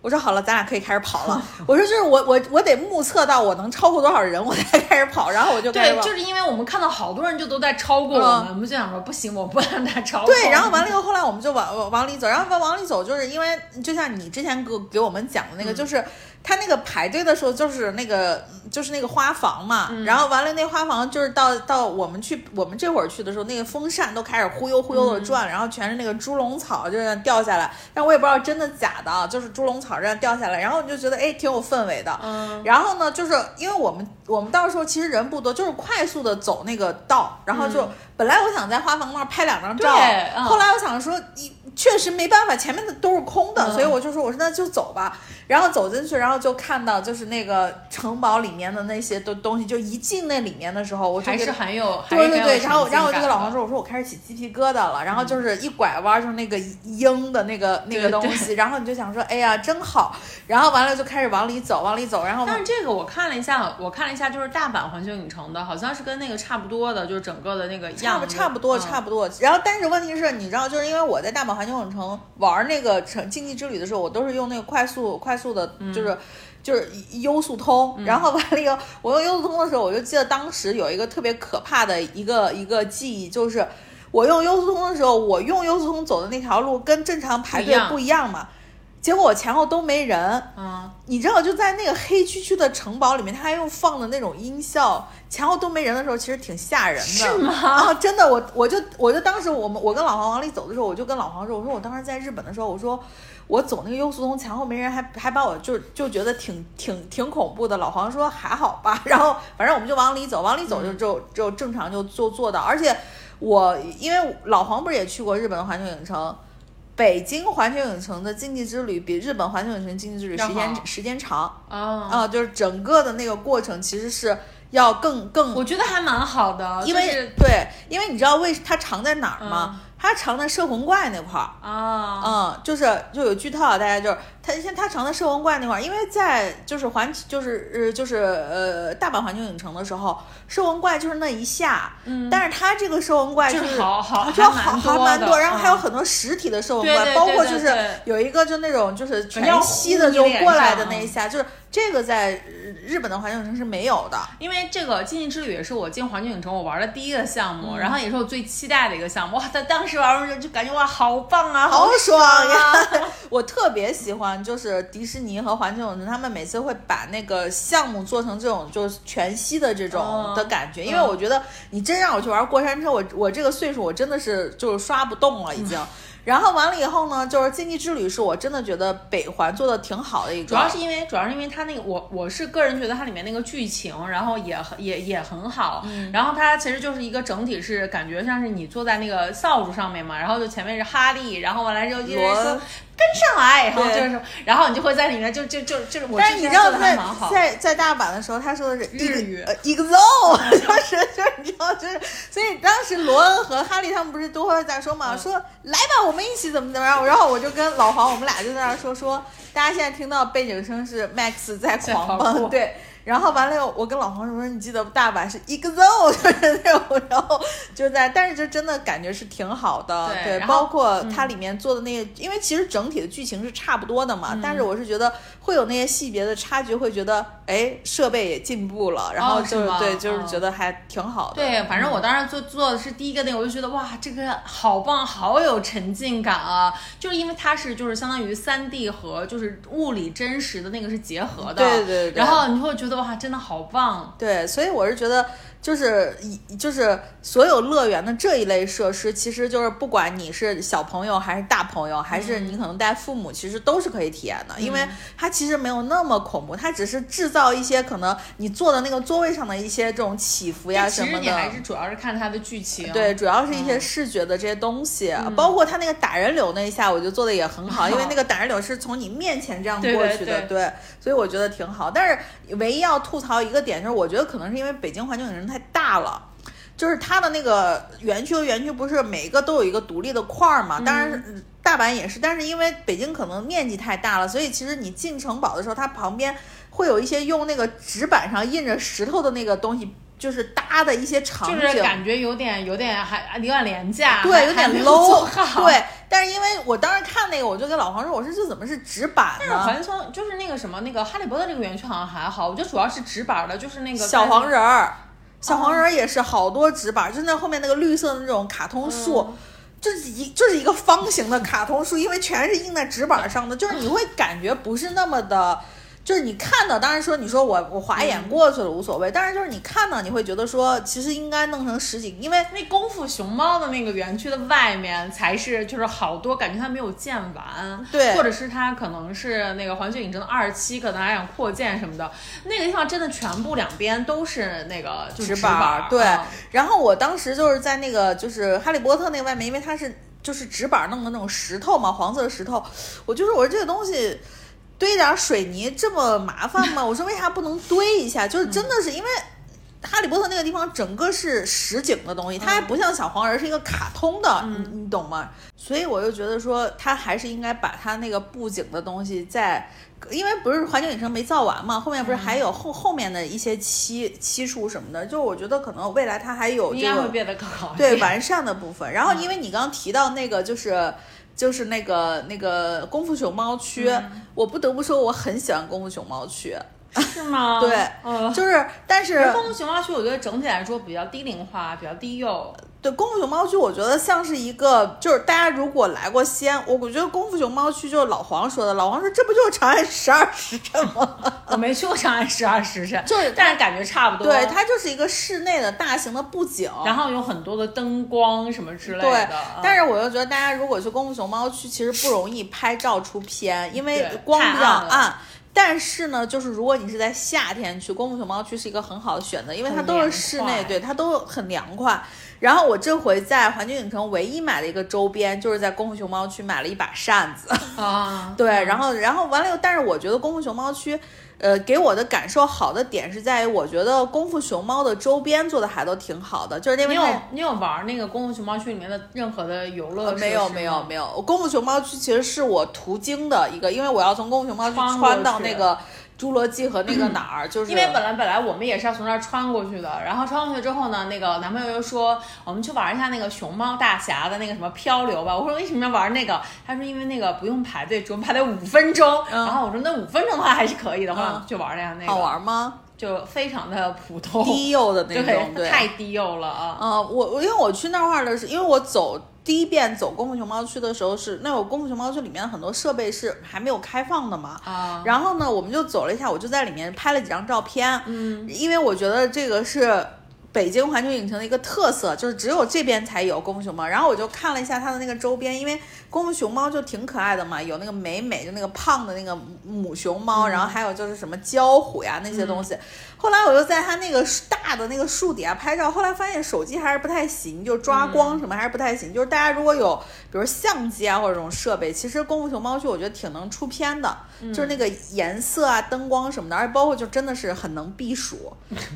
我说好了，咱俩可以开始跑了。 我说就是我我我得目测到我能超过多少人， 我才开始跑。然后我就开始
对，
往
就是因为我们看到好多人就都在超过我们，
嗯
我们就想说不行，我不让他超过。
对，然后完了以后，后来我们就往往往里走，然后往往里走，就是因为就像你之前给我给我们讲的那个，就是他那个排队的时候，就是那个就是那个花房嘛，然后完了那花房就是到到我们去我们这会儿去的时候，那个风扇都开始忽悠忽悠的转，然后全是那个猪笼草就这样掉下来，但我也不知道真的假的，啊，就是猪笼草这样掉下来，然后你就觉得哎挺有氛围的，
嗯，
然后呢，就是因为我们我们到时候其实人不多，就是快速的走那个道，然后就、本来我想在花房那儿拍两张照，
嗯对嗯
后来我想说你确实没办法，前面的都是空的，
嗯
所以我就说我说那就走吧，然后走进去，然后就看到就是那个城堡里面的那些东东西，就一进那里面的时候，我就
还
给
是很有，还
对
是很
对
有
对，然后
沉浸
然后我就跟
感
老
的嗯
黄说，我说我开始起鸡皮疙瘩了，然后就是一拐弯就是那个鹰的那个那个
对
东西，然后你就想说，哎呀真好，然后完了就开始往里走，往里走，然后
但是这个我看了一下，我看了一下，就是大阪环球影城的，好像是跟那个差不多的，就是整个的嗯那个
差
样
不
子，
差不多，差
不
不多。然后，但是问题是，你知道，就是因为我在大阪环球影城玩那个城竞技之旅的时候，我都是用那个快速、快速的，
嗯
就是、就是优速通。然后完了以后，我用优速通的时候，我就记得当时有一个特别可怕的一个一个记忆，就是我用优速通的时候，我用优速通走的那条路跟正常排
不一
队
样
不一样嘛。结果我前后都没人，
嗯，
你知道，就在那个黑黢黢的城堡里面，他还用放的那种音效，前后都没人的时候，其实挺吓人的。
是吗
啊，真的，我我就我就当时我们我跟老黄往里走的时候，我就跟老黄说，我说我当时在日本的时候，我说我走那个优速通前后没人还，还把我就就觉得挺挺挺恐怖的。老黄说还好吧， 然后反正我们就往里走，往里走
嗯
就就就正常就就做到，而且我因为老黄不是也去过日本的环球影城。北京环球影城的经济之旅比日本环球影城经济之旅
要
时间
好
时间长，
哦，
啊，就是整个的那个过程其实是要更更，
我觉得还蛮好的，
因
就
为
是嗯
对，因为你知道为它藏在哪儿吗？它藏在摄魂怪那块儿。
啊，
嗯，就是就有剧透啊，大家就是它，像它藏在摄魂怪那块儿，因为在就是环就是呃就是呃大阪环球影城的时候，摄魂怪就是那一下，
嗯
但是它这个摄魂怪
就是好好
就好
还蛮多
还蛮
的
多，然后还有
嗯
很多实体的摄魂
对
怪，
对
包
对
括
对
就是
对
有一个就那种就是
正
全
要
息
呼
的
你
就
脸
过来
上
的那一
嗯
下，就是这个在日日本的环球影城是没有的。
因为这个竞技之旅也是我进环球影城我玩的第一个项目，然后也是我最期待的一个项目。哇，他当时玩儿就就感觉哇，好棒啊，
好爽呀
啊！
我特别喜欢，就是迪士尼和环球影城，他们每次会把那个项目做成这种就是全息的这种
嗯
的感觉，因为我觉得你真让我去玩过山车，我我这个岁数我真的是就是刷不动了已 经。然后完了以后呢，就是竞技之旅是我真的觉得北环做的挺好的一个，
主要是因为，主要是因为它那个，我我是个人觉得它里面那个剧情，然后也很也也很好，
嗯
然后它其实就是一个整体是感觉像是你坐在那个扫帚上面嘛，然后就前面是哈利，然后完了之后就是
罗
说跟上来，然后
对
就是，然后你就会在里面就就就就是，我
但是
之
你
前
知道
做得还
在
蛮好，
在在大阪的时候，他说的是
日语
e x o 就是就是你知道就是，所以当时罗恩和哈利他们不是都会在说
嗯
嘛，说来吧，我们一起怎么怎么样，然后我就跟老黄我们俩就在那儿说说，大家现在听到背景声是 Max 在
在
狂
跑
奔，
步
对。然后完了以后，我跟老黄说：“你记得大阪是一个 zone，就是 那种，然后就是在，但是就真的感觉是挺好的，
对
对，
然后嗯
包括它里面做的那个，因为其实整体的剧情是差不多的嘛，但
嗯
是我是觉得会有那些细别的差距，会觉得哎设备也进步了，然后
哦
就是
吗
对，就是
哦
觉得还挺好的，
对，反正我当时做做的是第一个那个，我就觉得哇，这个好棒，好有沉浸感啊！就是因为它是就是相当于三 D 和就是物理真实的那个是结合的，
对对对
然后你会觉得哇，真的好棒，
对，所以我是觉得，就是一就是所有乐园的这一类设施，其实就是不管你是小朋友还是大朋友，还是你
嗯
可能带父母，其实都是可以体验的，因为它其实没有那么恐怖，它只是制造一些可能你坐的那个座位上的一些这种起伏呀
但
什
其
么
实你
的。
还是主要是看它的剧情，
对，，主要是一
嗯
些视觉的这些东西，包括他那个打人流那一下，我觉得做的也很好，因为那个打人流是从你面前这样过
对
去的，
对对
所以我觉得挺好。但是唯一要吐槽一个点就是，我觉得可能是因为北京环球影城太大了。就是它的那个园区和园区不是每一个都有一个独立的块儿嘛？当然，嗯大阪也是，但是因为北京可能面积太大了，所以其实你进城堡的时候，它旁边会有一些用那个纸板上印着石头的那个东西，就是搭的一些场
就
景，
是感觉有点有点还有点廉价，还
对，有
还没
点
做
low
好。
对，但是因为我当时看那个，我就跟老黄说，我说这怎么是纸板
但是
呢？
环球就是那个什么那个哈利波特这个园区好像还好，我觉得主要是直板的，就是那个哦
小
看那
黄人儿，小黄人儿也是好多纸板，就是那后面那个绿色的那种卡通树。
哦
就是一就是一个方形的卡通树，因为全是印在纸板上的，就是你会感觉不是那么的，就是你看到，当然说你说我
嗯
我滑一眼过去了无所谓，但是就是你看到你会觉得说，其实应该弄成实景，因为
那功夫熊猫的那个园区的外面才是，就是好多感觉它没有建完，
对
或者是它可能是那个环球影城的二期，可能还想扩建什么的，那个地方真的全部两边都是那个就是
纸
纸
板儿对
嗯
然后我当时就是在那个就是《哈利波特》那个外面，因为它是就是纸板弄的那种石头嘛，黄色的石头，我就说我说这个东西。堆点水泥这么麻烦吗？我说为啥不能堆一下？就是
嗯
真的是因为哈利波特那个地方整个是实景的东西，它还
嗯
不像小黄人是一个卡通的，你你懂吗？所以我就觉得说，它还是应该把它那个布景的东西在，因为不是环球影城没造完嘛，后面
嗯
不是还有后后面的一些期期数什么的，就我觉得可能未来它还有
应
这
该会
个
变得更 好一
对
点。
完善的部分。然后因为你刚刚提到那个就是。就是那个那个功夫熊猫区，我不得不说我很喜欢功夫熊猫区，
是吗？
对
嗯。
就是但是
功夫熊猫区，我觉得整体来说比较低龄化，比较低幼。
对功夫熊猫区，我觉得像是一个，就是大家如果来过西安，我我觉得功夫熊猫区就是老黄说的，老黄说这不就是长安十二时辰吗？
我没去过长安十二时辰，
就是
但是感觉差不多。
对，它就是一个室内的大型的布景，
然后有很多的灯光什么之类的。
对
嗯，
但是我又觉得大家如果去功夫熊猫区，其实不容易拍照出片，因为
对
光
太
比较
暗了
暗。但是呢，就是如果你是在夏天去，功夫熊猫区是一个很好的选择，因为它
很
都是
凉
室
快
内，对，它都很凉快。然后我这回在环球影城唯一买的一个周边，就是在功夫熊猫区买了一把扇子。
啊，
对，然后然后完了以后，但是我觉得功夫熊猫区，呃，给我的感受好的点是在于，我觉得功夫熊猫的周边做的还都挺好的，就是因
你
为
有
它
你有玩那个《功夫熊猫区》里面的任何的游乐
呃
设施
没有没有没有，功夫熊猫区其实是我途经的一个，因为我要从功夫熊猫区
穿过
穿到
去
那个侏罗纪和那个哪儿，就是
因为本来本来我们也是要从那儿穿过去的，然后穿过去之后呢，那个男朋友又说我们去玩一下那个熊猫大侠的那个什么漂流吧。我说为什么要玩那个？他说因为那个不用排队，只用排队五分钟。然后我说那五分钟的话还是可以的，后来我们去玩了一下那个，
嗯好玩吗？
就非常的普通，
低幼的那
对
种，对，
太低幼了啊。
呃，我我因为我去那块儿的是，因为我走第一遍走功夫熊猫区的时候是，那有功夫熊猫区里面很多设备是还没有开放的嘛。
啊
然后呢，我们就走了一下，我就在里面拍了几张照片。嗯，因为我觉得这个是。北京环球影城的一个特色就是只有这边才有功夫熊猫，然后我就看了一下它的那个周边，因为功夫熊猫就挺可爱的嘛，有那个美美就那个胖的那个母熊猫，然后还有就是什么交虎呀那些东西，后来我就在它那个树大的那个树底下拍照，后来发现手机还是不太行，就抓光什么还是不太行。就是大家如果有比如相机啊或者这种设备，其实功夫熊猫区我觉得挺能出片的，就是那个颜色啊、灯光什么的，而且包括就真的是很能避暑。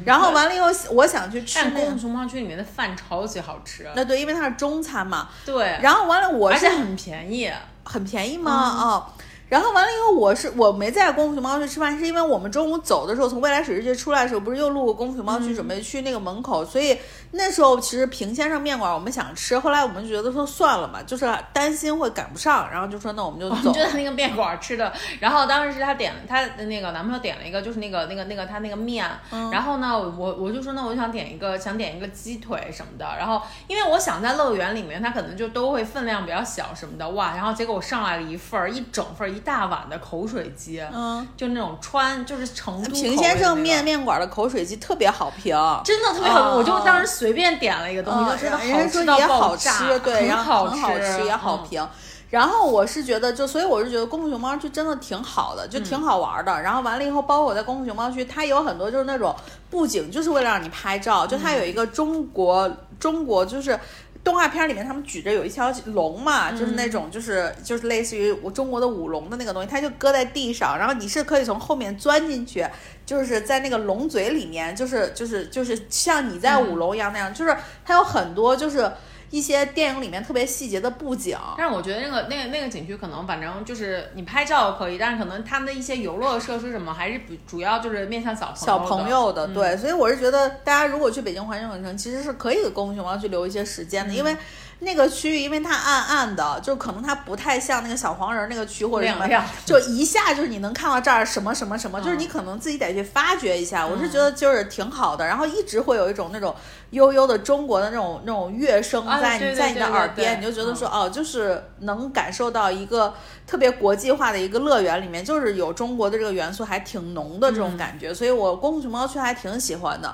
然后完了以后，我想去吃
但
那
功夫
个，
熊猫区里面的饭超级好吃，
那对，因为它是中餐嘛。
对，
然后完了，我
而
是
且很便宜。嗯
很便宜吗？哦。然后完了以后，我是我没在功夫熊猫区吃饭，是因为我们中午走的时候，从未来水世界出来的时候，不是又路过功夫熊猫区，准备去那个门
嗯
口，所以那时候其实平先生面馆我们想吃，后来我们觉得说算了吧，就是担心会赶不上，然后就说那我们就
我
走
哦们就。在那个面馆吃的，然后当时是她点了，她的那个男朋友点了一个，就是那个那个那个她那个面，
嗯
然后呢，我我就说那我想点一个想点一个鸡腿什么的，然后因为我想在乐园里面，它可能就都会分量比较小什么的，哇，然后结果我上来了一份儿一整份儿一大碗的口水鸡，
嗯，
就那种川就是成都口
平
味
先
的
生
那
面
个
面馆的口水鸡特别好评，
真的特别好吃，
哦
我就当时随便点了一个东西，就
嗯
真的好
人家说
吃到
也
爆
好
炸，
吃，对，然
很
后
好
很好吃也好
嗯
评。然后我是觉得就，所以我是觉得功夫熊猫区真的挺好的，就挺好玩的。然后完了以后，包括我在功夫熊猫区，它有很多就是那种布景，就是为了让你拍照。就它有一个中国、中国就是动画片里面他们举着有一条龙嘛，就是那种就是就是类似于我中国的舞龙的那个东西，它就搁在地上，然后你是可以从后面钻进去，就是在那个龙嘴里面，就是就是就是像你在舞龙一样那样，就是它有很多就是一些电影里面特别细节的布景。
但是我觉得那个那个那个景区可能反正就是你拍照可以，但是可能他们的一些游乐设施什么还是比主要就是面向小朋友
小朋友的，
嗯
对，所以我是觉得大家如果去北京环球影城，其实是可以给功夫熊猫去留一些时
嗯
间的，因为那个区域，因为它暗暗的，就可能它不太像那个小黄人那个区或者什么
亮亮，嗯
就一下就是你能看到这儿什么什么什么，就是你可能自己得去发掘一下。我是觉得就是挺好的，然后一直会有一种那种悠悠的中国的那种那种乐声
啊
在
对
你
对
在你的
对对
耳
对嗯
边，你就觉得说哦，就是能感受到一个特别国际化的一个乐园里面，就是有中国的这个元素还挺浓的这种感觉，所以我功夫熊猫区还挺喜欢的。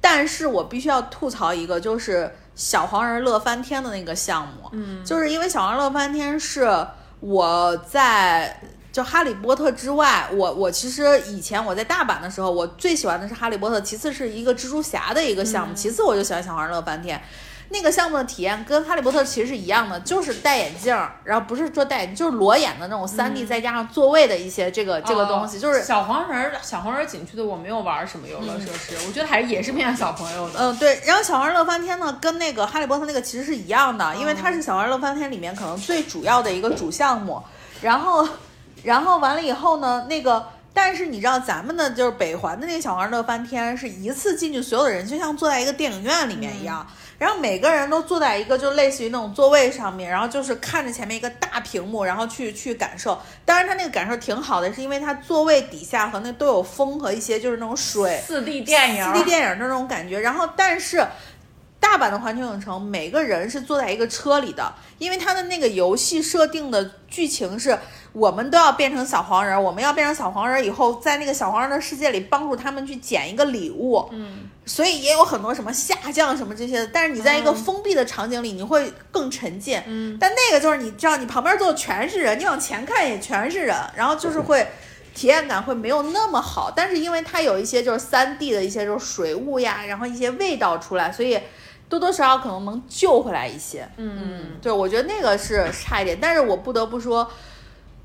但是我必须要吐槽一个，就是小黄人乐翻天的那个项目，嗯，就是因为小黄人乐翻天是我在就哈利波特之外，我我其实以前我在大阪的时候，我最喜欢的是哈利波特，其次是一个蜘蛛侠的一个项目，其次我就喜欢小黄人乐翻天。那个项目的体验跟哈利波特其实是一样的，就是戴眼镜儿，然后不是说戴眼镜，就是裸眼的那种三 D，、再加上座位的一些这个、这个东西，
哦
就是
小黄人儿小黄人儿景区的我没有玩什么游乐设施，我觉得还是也是面向小朋友的。
嗯，对。然后小黄人乐翻天呢，跟那个哈利波特那个其实是一样的，因为它是小黄人乐翻天里面可能最主要的一个主项目。然后，然后完了以后呢，那个。但是你知道咱们的就是北环的那个小黄人乐翻天是一次进去所有的人，就像坐在一个电影院里面一样，然后每个人都坐在一个就类似于那种座位上面，然后就是看着前面一个大屏幕，然后去去感受。当然它那个感受挺好的，是因为它座位底下和那都有风和一些就是那种水，
四 D 电影儿，
四 D 电影那种感觉。然后，但是大阪的环球影城，每个人是坐在一个车里的，因为它的那个游戏设定的剧情是，我们都要变成小黄人，我们要变成小黄人以后，在那个小黄人的世界里帮助他们去捡一个礼物。嗯，所以也有很多什么下降什么这些的，但是你
嗯
在一个封闭的场景里，你会更沉浸。嗯，但那个就是你知道，你旁边坐的全是人，你往前看也全是人，然后就是会。体验感会没有那么好，但是因为它有一些就是三 D 的一些就是水雾呀，然后一些味道出来，所以多多少少可能能救回来一些。
嗯，
对，我觉得那个是差一点，但是我不得不说，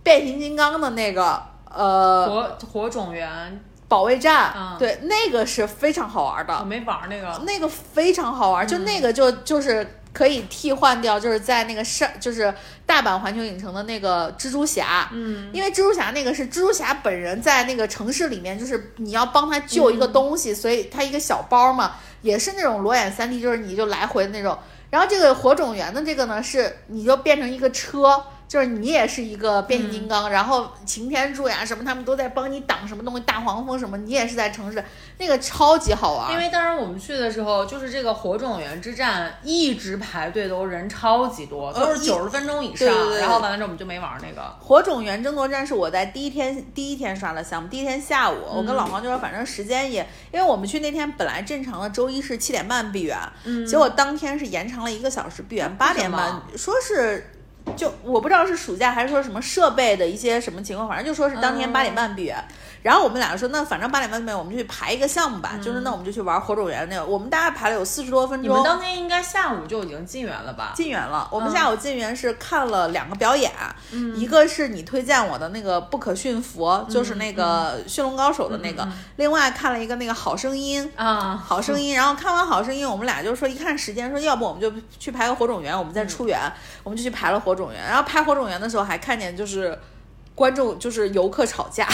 变形金刚的那个呃
火火种源，
保卫战，
嗯
对，那个是非常好玩
我
的，
没玩那个。
那个非常好玩，就那个就就是。可以替换掉，就是在那个上，就是大阪环球影城的那个蜘蛛侠，
嗯，
因为蜘蛛侠那个是蜘蛛侠本人在那个城市里面，就是你要帮他救一个东西，所以他一个小包嘛，也是那种裸眼三 D，就是你就来回那种。然后这个火种源的这个呢，是你就变成一个车，就是你也是一个变形金刚，然后擎天柱呀什么，他们都在帮你挡什么东西，大黄蜂什么，你也是在城市，那个超级好玩。
因为当时我们去的时候，就是这个火种源之战一直排队都人超级多，
呃
都是
一
九十分钟以上。
对对对
然后完了之后我们就没玩那个。
火种源争夺战是我在第一天第一天刷的项目，第一天下午，
嗯
我跟老黄就说，反正时间也，因为我们去那天本来正常的周一是七点半闭园，结果当天是延长了一个小时闭园，八点
嗯为什
半
么，
说是就我不知道是暑假还是说什么设备的一些什么情况，反正就说是当天
嗯
八点半闭园。然后我们俩说，那反正八点半闭园，我们就去排一个项目吧，就是那我们就去玩火种源那个，我们大概排了有四十多分
嗯你们
钟。
当天应该下午就已经进园了吧？
进园了。我们下午进园是看了两个表演，一个是你推荐我的那个《不可驯服》，就是那个《驯龙高手》的那个，另外看了一个那个《好声音》。
啊，
好声音，然后看完好声音，我们俩就说一看时间，说要不我们就去排个火种园，我们再出园，我们就去排了火种园。然后排火种园的时候还看见就是观众就是游客吵架，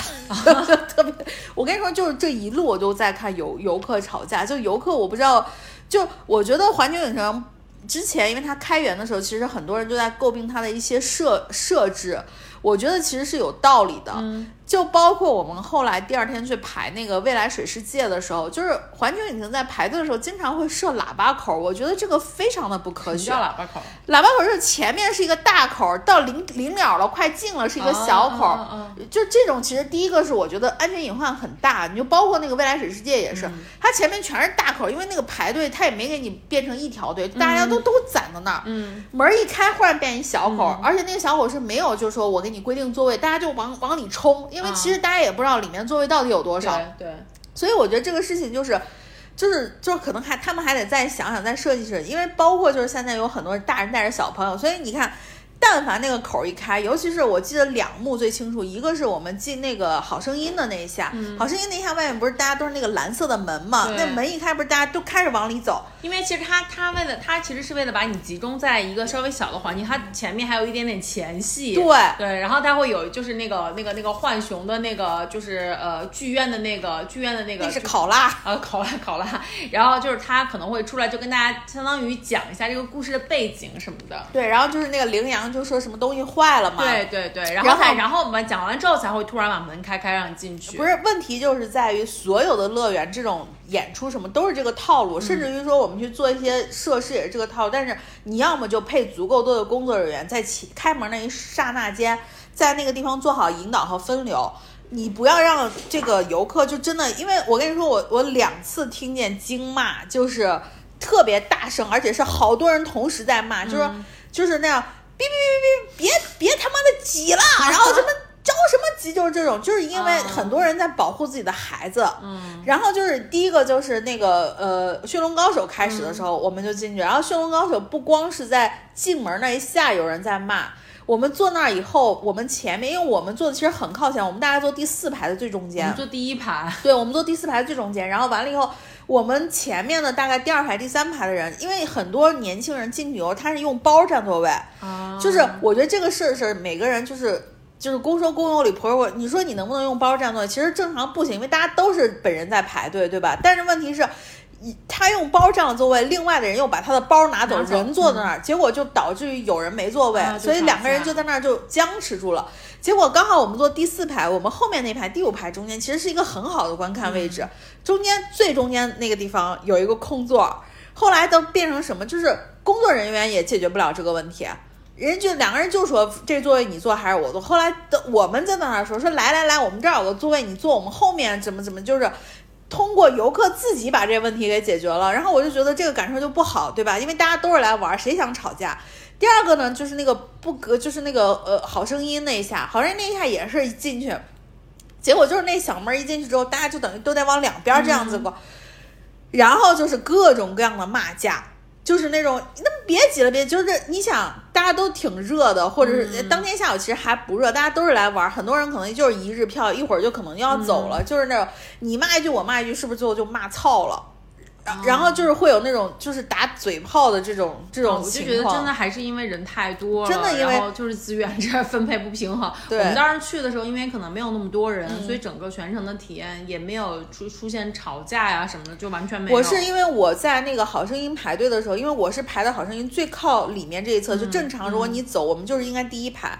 特别。我跟你说，就是这一路我都在看游游客吵架，就游客我不知道，就我觉得环球影城。之前，因为它开园的时候，其实很多人就在诟病它的一些设设置，我觉得其实是有道理的。
嗯
就包括我们后来第二天去排那个未来水世界的时候，就是环球影城在排队的时候，经常会设喇叭口，我觉得这个非常的不科
你
学。
叫喇叭口，
喇叭口就是前面是一个大口，到临临了了快近了是一个小口，
啊啊啊
就这种其实第一个是我觉得安全隐患很大，你就包括那个未来水世界也是，
嗯
它前面全是大口，因为那个排队它也没给你变成一条队，大家都、都攒到那儿，
嗯，
门儿一开忽然变一小口，而且那个小口是没有就是说我给你规定座位，大家就往往里冲，因为
啊
其实大家也不知道里面座位到底有多少，
对对，
所以我觉得这个事情就是，就是就是可能还他们还得再想想再设计设计，因为包括就是现在有很多大人带着小朋友，所以你看。但凡那个口一开，尤其是我记得两幕最清楚，一个是我们进那个《好声音》的那一下，好声音》那一下外面不是大家都是那个蓝色的门嘛？
嗯对
那门一开，不是大家都开始往里走？
因为其实他他为了他其实是为了把你集中在一个稍微小的环境，他前面还有一点点前戏，
对
对，然后他会有就是那个那个那个浣熊的那个就是呃剧院的那个剧院的那个
那是
就是
考拉，
呃，考拉考拉，然后就是他可能会出来就跟大家相当于讲一下这个故事的背景什么的。
对，然后就是那个羚羊就说什么东西坏了嘛？
对，对对，然
然
后
后
才然后我们讲完之后才会突然把门开开让你进去。
不，是问题，就是在于所有的乐园这种演出什么都是这个套
嗯
路，甚至于说我们去做一些设施也是这个套路。但是你要么就配足够多的工作人员，在起开门那一刹那间，在那个地方做好引导和分流。你不要让这个游客就真的，因为我跟你说，我我两次听见惊骂，就是特别大声，而且是好多人同时在骂，就是
嗯
就是那样，别别别别别别他妈的挤了，然后什么着什么急，就是这种，就是因为
啊
很多人在保护自己的孩子，嗯，然后就是第一个就是那个呃《驯龙高手》开始的时候，
嗯
我们就进去，然后《驯龙高手》不光是在进门那一下有人在骂。我们坐那儿以后，我们前面，因为我们坐的其实很靠前，我们大概坐第四排的最中
我
间
们，坐第一排，
对，我们坐第四排最中间，然后完了以后，我们前面的大概第二排、第三排的人，因为很多年轻人进去以后，他是用包占座位，
啊
就是我觉得这个事儿是每个人就是就是公说公有理，婆说婆。你说你能不能用包占座位？其实正常不行，因为大家都是本人在排队，对吧？但是问题是。一他用包占了座位，另外的人又把他的包拿走，
拿走
人坐在那儿，结果就导致于有人没座位，
啊就
所以
吵
两个人
架
就在那儿就僵持住了。结果刚好我们坐第四排，我们后面那排第五排中间其实是一个很好的观看位
嗯
置， 中间最中间那个地方有一个空座，后来都变成什么？就是工作人员也解决不了这个问题。人家就两个人就说这座位你坐还是我坐。后来的我们在那儿说说来来来，我们这儿有个座位你坐，我们后面怎么怎么就是通过游客自己把这个问题给解决了。然后我就觉得这个感受就不好，对吧？因为大家都是来玩儿，谁想吵架？第二个呢，就是那个不格，就是那个呃好声音那一下，好声音那一下也是一进去，结果就是那小门儿一进去之后，大家就等于都在往两边儿这样子
嗯
过，然后就是各种各样的骂架。就是那种，那别挤了，别就是你想，大家都挺热的，或者是
嗯
当天下午其实还不热，大家都是来玩儿，很多人可能就是一日票，一会儿就可能要走
嗯
了，就是那种你骂一句我骂一句，是不是最后就骂操了？
嗯
然然后就是会有那种就是打嘴炮的这种这种
我就
情
哦觉得
况，
真的还是因为人太多了，
真的因为
然后就是资源这儿分配不平衡。
对嗯
我们当时去的时候，因为可能没有那么多人，所以整个全程的体验也没有出出现吵架呀、什么的，就完全没有。
我是因为我在那个好声音排队的时候，因为我是排的好声音最靠里面这一
嗯
侧，就正常。如果你走，我们就是应该第一排。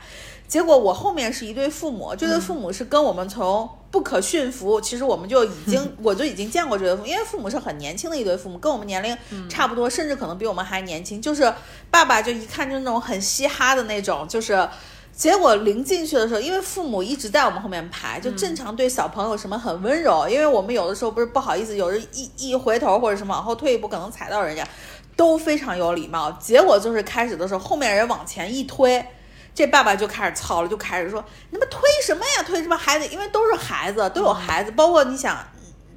结果我后面是一对父母，这对父母是跟我们从不可驯
嗯
服，其实我们就已 经我就已经见过这对父母，因为父母是很年轻的一对父母，跟我们年龄
嗯
差不多，甚至可能比我们还年轻。就是爸爸就一看就是那种很嘻哈的那种，就是。结果临进去的时候，因为父母一直在我们后面排，就正常对小朋友什么很温柔，因为我们有的时候不是不好意思，有时一一回头或者什么往后退一步，可能踩到人家，都非常有礼貌。结果就是开始的时候，后面人往前一推。这爸爸就开始操了，就开始说：“你们推什么呀？推什么孩子？因为都是孩子，都有孩子，包括你想，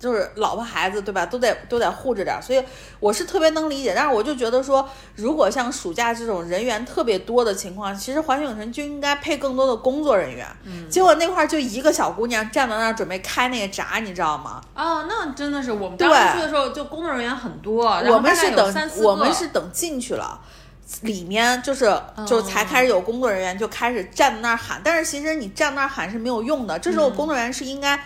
就是老婆孩子对吧？都得都得护着点儿，所以我是特别能理解。但是我就觉得说，如果像暑假这种人员特别多的情况，其实环球影城就应该配更多的工作人员。嗯，结果那块儿就一个小姑娘站到那儿准备开那个闸，你知道吗？
啊，那真的是我们
对
当时去的时候，就工作人员很多，然后
我们
大概
是
有
等
三四个
我们是等进去了。里面就是
哦
就是才开始有工作人员就开始站在那儿喊，但是其实你站那儿喊是没有用的，这
嗯
时候工作人员是应该。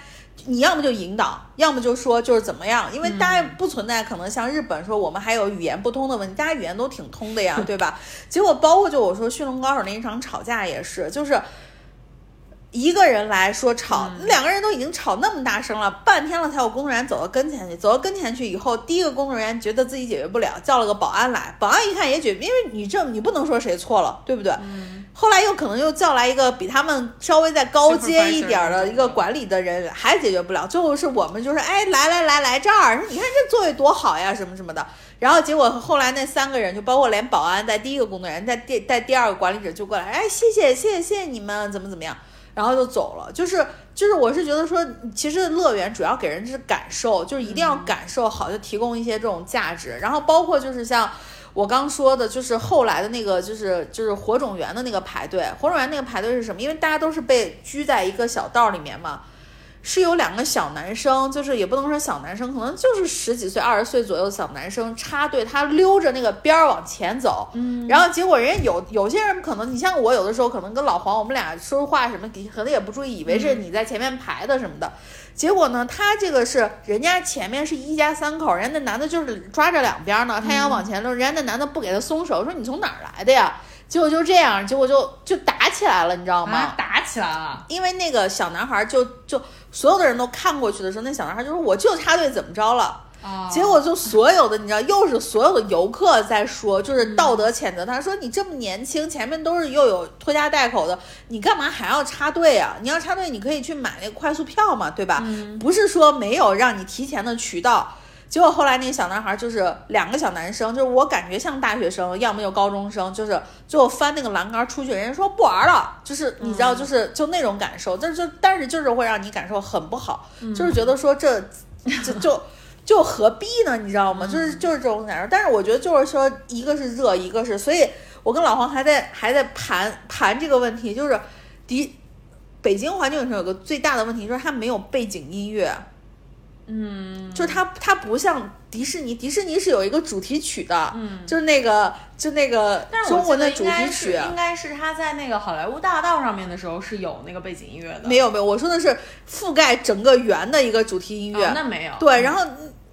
你要么就引导，要么就说就是怎么样，因为
嗯
大家不存在可能像日本说我们还有语言不通的问题，大家语言都挺通 的呀，对吧？结果包括就我说《驯龙高手》那一场吵架也是，就是一个人来说吵，两个人都已经吵那么大声了，半天了才有工作人员走到跟前去。走到跟前去以后，第一个工作人员觉得自己解决不了，叫了个保安来。保安一看也解决，因为你这你不能说谁错了，对不对？后来又可能又叫来一个比他们稍微再高阶一点儿的
Supervisor
一个管理的人，还解决不了。最后是我们就是哎来来来来这儿，你看这座位多好呀，什么什么的。然后结果后来那三个人，就包括连保安在第一个工作人员在第在第二个管理者就过来，哎谢谢谢谢谢谢你们怎么怎么样，然后就走了。就是就是我是觉得说，其实乐园主要给人是感受，就是一定要感受好，就提供一些这种价值。然后包括就是像。我刚说的就是后来的那个，就是就是火种园的那个排队。火种园那个排队是什么？因为大家都是被拘在一个小道里面嘛，是有两个小男生，就是也不能说小男生，可能就是十几岁、二十岁左右的小男生插队，他溜着那个边儿往前走。嗯，然后结果人家有有些人可能，你像我有的时候可能跟老黄我们俩说话什么，可能也不注意，以为是你在前面排的什么的。结果呢，他这个是人家前面是一家三口，人家那男的就是抓着两边呢，他想往前溜，人家那男的不给他松手，说你从哪儿来的呀？结果就这样，结果就就打起来了，你知道吗？
啊，打起来了，
因为那个小男孩就就所有的人都看过去的时候，那小男孩就说我就插队怎么着了。
啊，
结果就所有的你知道，又是所有的游客在说，就是道德谴责他，说你这么年轻，前面都是又有拖家带口的，你干嘛还要插队啊？你要插队，你可以去买那个快速票嘛，对吧？不是说没有让你提前的渠道。结果后来那个小男孩就是两个小男生，就是我感觉像大学生，要么就高中生，就是最后翻那个栏杆出去，人家说不玩了，就是你知道，就是就那种感受，但是就但是就是会让你感受很不好，就是觉得说这就就就何必呢？你知道
嗯
吗？就是就是这种感受。但是我觉得就是说，一个是热，一个是，所以我跟老黄还在还在盘盘这个问题，就是迪北京环球影城有个最大的问题就是它没有背景音乐，
嗯，
就是它它不像迪士尼，迪士尼是有一个主题曲的，
嗯
就是那个就那个
但是我
中
记
文
得
的
应
主
该
题
是
曲。
应该是他在那个好莱坞大道上面的时候是有那个背景音乐的，
没有没有，我说的是覆盖整个园的一个主题音乐，
哦那没有，
对，然后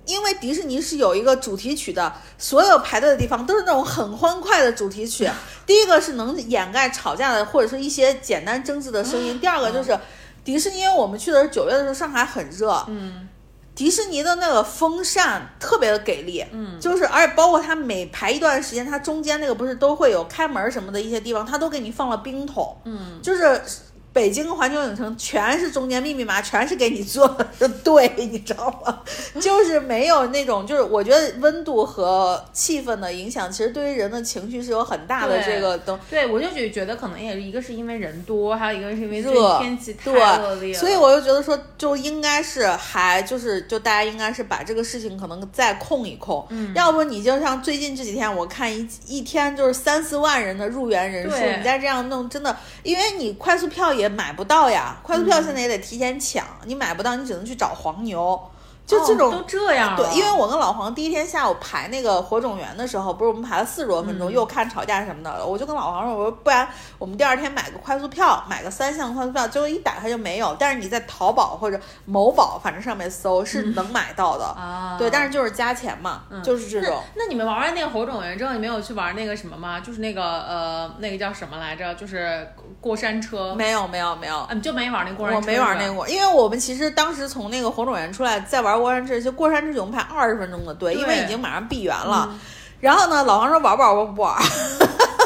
因为迪士尼是有一个主题曲的，所有排队的地方都是那种很欢快的主 题曲。第一个是能掩盖吵架的或者是一些简单争执的声
啊
音，第二个就是迪士尼，因为我们去的是九月的时候，上海很热，
嗯
迪士尼的那个风扇特别的给力，
嗯
就是而且包括它每排一段时间，它中间那个不是都会有开门什么的一些地方，它都给你放了冰桶，
嗯，
就是北京环球影城全是中间密密麻，全是给你做的 对，你知道 吗？就是没有那种，就是我觉得温度和气氛的影响，其实对于人的情绪是有很大的
对
这个东。
对，我就觉觉得可能也是一个是因为人多，还有一个是因为最近
热
天气太恶劣
对，
了，
所以我就觉得说，就应该是还就是就大家应该是把这个事情可能再控一控，嗯，要不你就像最近这几天，我看一一天就是三四万人的入园人数，
对
你再这样弄，真的，因为你快速票也买不到呀，快速票现
嗯
在也得提前抢，你买不到，你只能去找黄牛，就这
哦
种、
都这样了，
对，因为我跟老黄第一天下午排那个火种园的时候，不是我们排了四十多
嗯
分钟，又看吵架什么的，我就跟老黄说，我说不然我们第二天买个快速票，买个三项快速票，结果一打开就没有。但是你在淘宝或者某宝，反正上面搜是能买到的，
嗯啊，嗯
对，但是就是加钱嘛，就是这种。
那你们玩完那个火种人之后，你没有去玩那个什么吗？就是那个呃，那个叫什么来着？就是过山车。
没有没有没有
啊，，你就没玩那过山车？
我没玩那
是吧。啊
过，因为我们其实当时从那个火种园出来，再玩过山车，就过山车总共排二十分钟的队，因为
对嗯
已经马上闭园了。然后呢，老黄说玩不玩？我不玩。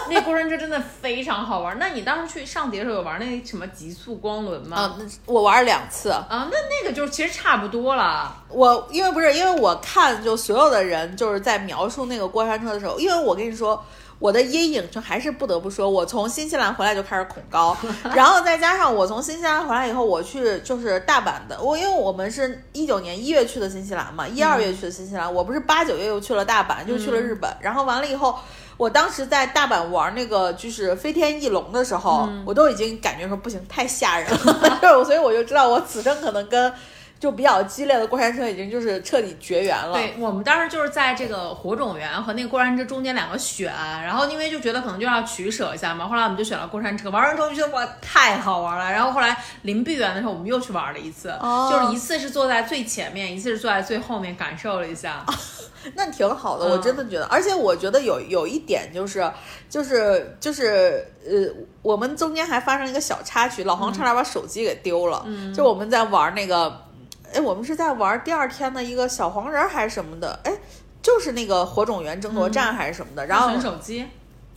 那过山车真的非常好玩。那你当时去上碟的时候有玩那什么极速光轮吗？
啊，那 我玩了两次。
啊，那那个就是其实差不多
啊
了。
我因为不是因为我看就所有的人就是在描述那个过山车的时候，因为我跟你说。我的阴影就还是不得不说，我从新西兰回来就开始恐高，然后再加上我从新西兰回来以后，我去就是大阪的，我因为我们是一九年一月去的新西兰嘛，一二月去的新西兰，我不是八九月又去了大阪，又去了日本，然后完了以后，我当时在大阪玩那个就是飞天翼龙的时 候，我都已经感觉说不行，太吓人了，就是我所以我就知道我此生可能跟就比较激烈的过山车已经就是彻底绝缘了。
对，我们当时就是在这个火种园和那个过山车中间两个选，然后因为就觉得可能就要取舍一下嘛，后来我们就选了过山车，玩完之后就觉得哇太好玩了。然后后来临闭园的时候，我们又去玩了一次，
哦
就是一次是坐在最前面，一次是坐在最后面，感受了一下。
那挺好的，
嗯
我真的觉得，而且我觉得有有一点就是，就是就是呃，我们中间还发生一个小插曲，老
嗯
黄差点把手机给丢了，就我们在玩那个，哎，我们是在玩第二天的一个小黄人儿还是什么的，哎，就是那个火种园争夺战还是什么的，然后
要存嗯手机，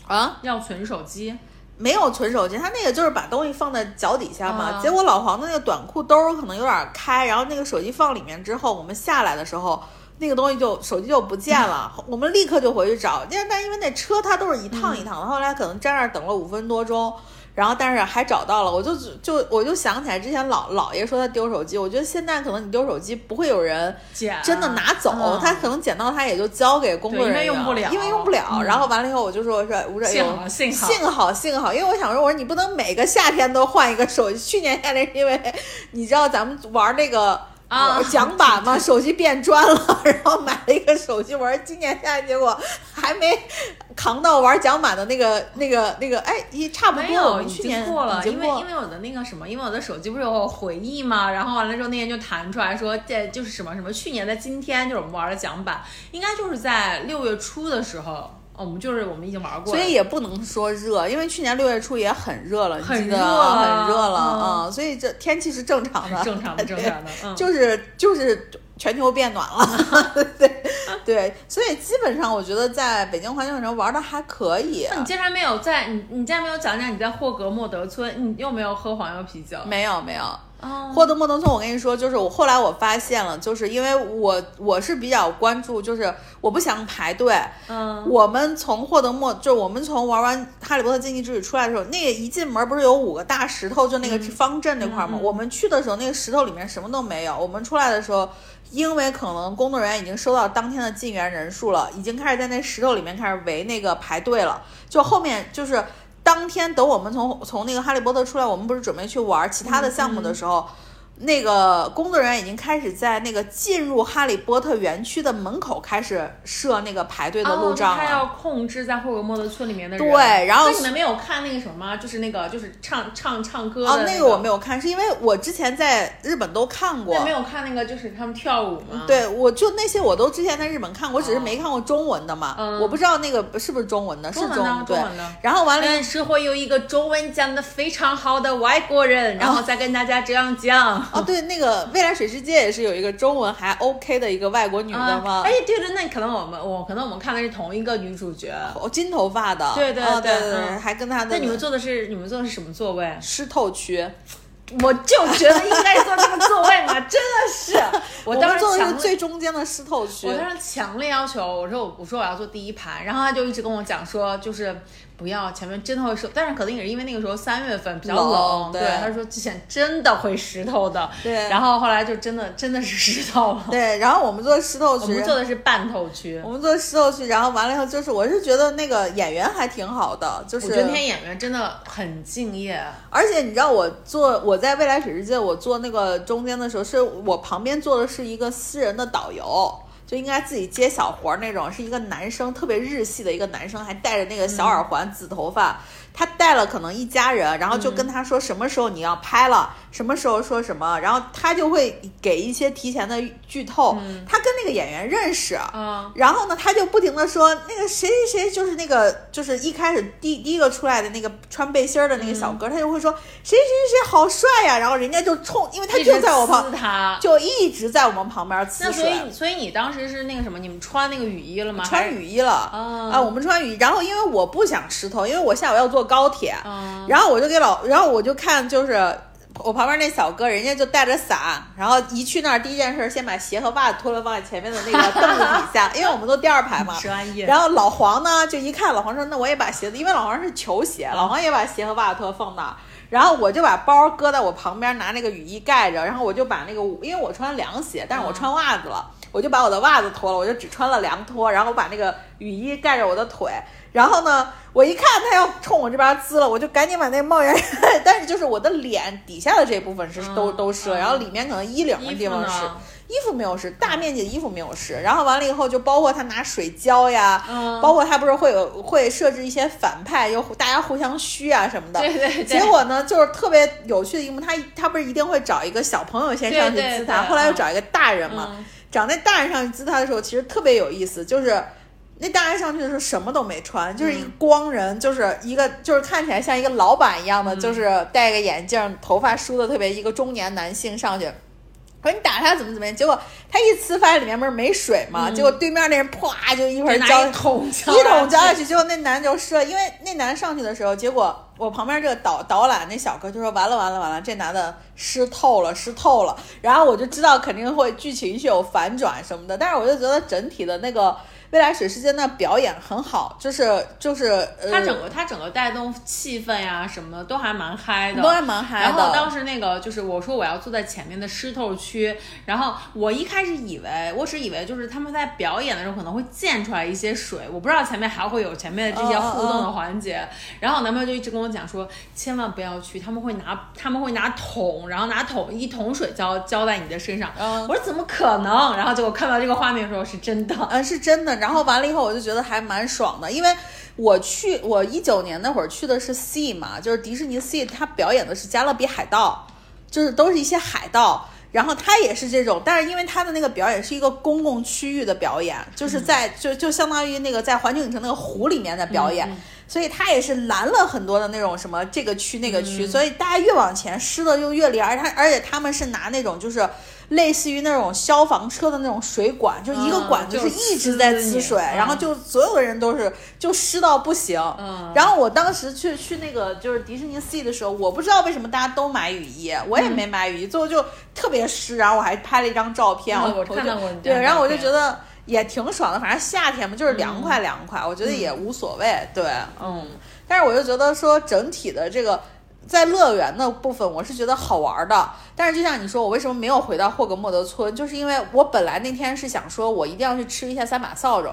啊
要存手机，
没有存手机，他那个就是把东西放在脚底下嘛。
啊
结果老黄的那个短裤兜儿可能有点开，然后那个手机放里面之后，我们下来的时候。那个东西就手机就不见 了，我们立刻就回去找。但但因为那车它都是一趟一趟
嗯
的，后来可能在那儿等了五分多钟，然后但是还找到了。我就就我就想起来之前老姥爷说他丢手机，我觉得现在可能你丢手机不会有人
姐
真的拿走，
嗯
他可能捡到他也就交给工作
对因
人
为
员，
用不了
因为用不了。然后完了以后，我就说我说我说哎呦
幸好幸好
幸好幸好，因为我想说我说你不能每个夏天都换一个手机。去年夏天是因为你知道咱们玩那个。
啊
玩桨板嘛， 手机变砖了，然后买了一个手机玩。今年夏天结果还没扛到玩桨板的那个、那个、那个，哎，也差不
没
多。我
有，
们
已
去
经
年
过了，
已经
因为
过
因为我的那个什么，因为我的手机不是有回忆嘛，然后完了之后那天就弹出来说，这就是什么什么，去年的今天就是我们玩的桨板，应该就是在六月初的时候，哦我们就是我们已经玩过
所
了，
以也不能说热，因为去年六月初也很热了，你
很
记得
热
啊
了
很热了
嗯
啊、所以这天气是正常的，
正常的正常 的，嗯，
就是就是全球变暖了，对对，所以基本上我觉得在北京环球影城玩的还可以
那，你竟然没有在你你竟然没有讲讲你在霍格莫德村，你又没有喝黄油啤酒，
没有没有。
哦，
获得莫登村，我跟你说，就是我后来我发现了，就是因为我我是比较关注，就是我不想排队，
嗯，
我们从霍德莫，就是我们从玩完《哈利波特：禁忌之旅》出来的时候，那个一进门不是有五个大石头，就那个方阵那块儿吗？
嗯嗯
我们去的时候，那个石头里面什么都没有。我们出来的时候，因为可能工作人员已经收到当天的进园人数了，已经开始在那石头里面开始围那个排队了。就后面就是当天等我们从从那个《哈利波特》出来，我们不是准备去玩其他的项目的时候。那个工作人员已经开始在那个进入哈利波特园区的门口开始设那个排队的路
哦，
障了。
他要控制在霍格莫德村里面的人。
对然后
那你们没有看那个什么吗？就是那个就是唱唱唱歌的、
哦，那个我没有看，是因为我之前在日本都看过
那。没有看那个就是他们跳舞吗？，
对，我就那些我都之前在日本看过，只是
哦
没看过中文的嘛，
嗯
我不知道那个是不是中文的，
中
是
文
中
的
对
中文的。哎
然后完了，
但是会有一个中文讲的非常好的外国人，
啊
然后再跟大家这样讲。
哦，对，那个《未来水世界》也是有一个中文还 OK 的一个外国女的
啊
嘛，，
哎，对对，那可能我们我可能我们看的是同一个女主角。
哦，金头发的，
对对
哦对
对
对，
嗯
还跟她的
那你们坐的是你们坐的是什么座位？
湿透区，
我就觉得应该坐这个座位嘛，真的 是。我当
们
时
坐的
强
是
烈
最中间的湿透区
我，当时强烈要求，我说我我说我要坐第一排，然后他就一直跟我讲说，就是不要前面真的会湿，但是可能也是因为那个时候三月份比较冷，
冷
对
对
他说之前真的会湿透的，
对
然后后来就真的真的是湿透了，
对，然后我们坐的湿透
我
区，
们坐的是半透区
我。们坐石头去，然后完了以后，就是我是觉得那个演员还挺好的，就是
我觉得那些演员真的很敬业，
而且你知道我坐我在未来水世界，我坐那个中间的时候，是我旁边坐的是一个私人的导游。就应该自己接小活儿那种，是一个男生，特别日系的一个男生，还戴着那个小
嗯
耳环、紫头发。他带了可能一家人，然后就
嗯
跟他说什么时候你要拍了，什么时候说什么，然后他就会给一些提前的剧透。
嗯
他跟那个演员认识，
啊
然后呢，他就不停的说那个谁谁谁就是那个就是一开始第第一个出来的那个穿背心儿的那个小哥，他就会说谁谁谁好帅呀、然后人家就冲，因为他
一直
就在我旁
撕，他。
就一直在我们旁边呲
那所以
水。
所以你当时是那个什么，你们穿那个雨衣了吗？还
穿
是。
雨衣了
嗯
啊、我们穿雨衣，然后因为我不想湿透，因为我下午要坐高铁，
嗯
然后我就给老，然后我就看就是我旁边那小哥，人家就带着伞，然后一去那儿第一件事先把鞋和袜子脱了放在前面的那个凳子底 下，因为我们都第二排嘛，
专业。
然后老黄呢，就一看老黄说：“那我也把鞋子，因为老黄是球鞋，老黄也把鞋和袜子托放那儿。”然后我就把包搁在我旁边，拿那个雨衣盖着，然后我就把那个，因为我穿凉鞋，但是我穿袜子了，我就把我的袜子脱了，我就只穿了凉拖，然后把那个雨衣盖着我的腿。然后呢，我一看他要冲我这边滋了，我就赶紧把那帽檐， 但是就是我的脸底下的这部分是都、
嗯
都湿了，
嗯
然后里面可能衣领的地方
衣服
湿
呢。
衣服没有湿，大面积的衣服没有湿。然后完了以后，就包括他拿水浇呀，
嗯
包括他不是会有会设置一些反派，又大家互相虚啊什么的。
对对对
结果呢，就是特别有趣的一幕，他他不是一定会找一个小朋友先上去
对对
滋他，
对
后来又
嗯
找一个大人嘛。
嗯
找那大人上去滋他的时候，其实特别有意思，就是。那大人上去的时候什么都没穿，就是一个光人，就是一个就是看起来像一个老板一样的，就是戴个眼镜，头发梳的特别一个中年男性上去，我说你打他怎么怎么样，结果他一呲，发现里面不是没水嘛，结果对面那人啪就一会儿
拿
浇
一桶浇
一桶
下
浇下
去
去，结果那男就湿了，因为那男上去的时候，结果我旁边这个导导览那小哥就说完了完了完了，这男的湿透了湿透了，然后我就知道肯定会剧情是有反转什么的，但是我就觉得整体的那个未来水世界那表演很好，就是就是呃，
它整个它整个带动气氛呀、什么的都还蛮嗨的，
都还蛮嗨的
然后当时那个就是我说我要坐在前面的湿透区，然后我一开始以为我只以为就是他们在表演的时候可能会溅出来一些水，我不知道前面还会有前面的这些
嗯嗯
互动的环节。然后我男朋友就一直跟我讲说，千万不要去，他们会拿他们会拿桶，然后拿桶一桶水浇浇在你的身上。
嗯
我说怎么可能？然后结果看到这个画面的时候是真的。
嗯，是真的。然后完了以后，我就觉得还蛮爽的，因为我去我一九年那会儿去的是 C 嘛，就是迪士尼 C，它表演的是《加勒比海盗》，就是都是一些海盗。然后它也是这种，但是因为它的那个表演是一个公共区域的表演，就是在、就就相当于那个在环球影城那个湖里面的表演，所以它也是拦了很多的那种什么这个区那个区，
嗯
所以大家越往前湿的就越厉害，而它而且他们是拿那种就是类似于那种消防车的那种水管，就一个
嗯
管子
就是
一直在
呲
呲
你
水，然后
嗯
就所有的人都是就湿到不行。
嗯
然后我当时去去那个就是迪士尼 C 的时候，我不知道为什么大家都买雨衣，我也没买雨衣，最后就特别湿，然后我还拍了一张照片，
嗯
我
我
头
看
就
到过你
对，
这张
然后我就
照
觉
片嗯
得也挺爽的，反正夏天嘛，就是凉快凉快，我觉得也无所谓，对，嗯，但是我就觉得说整体的这个。在乐园的部分，我是觉得好玩的，但是就像你说，我为什么没有回到霍格莫德村，就是因为我本来那天是想说，我一定要去吃一下三把扫帚，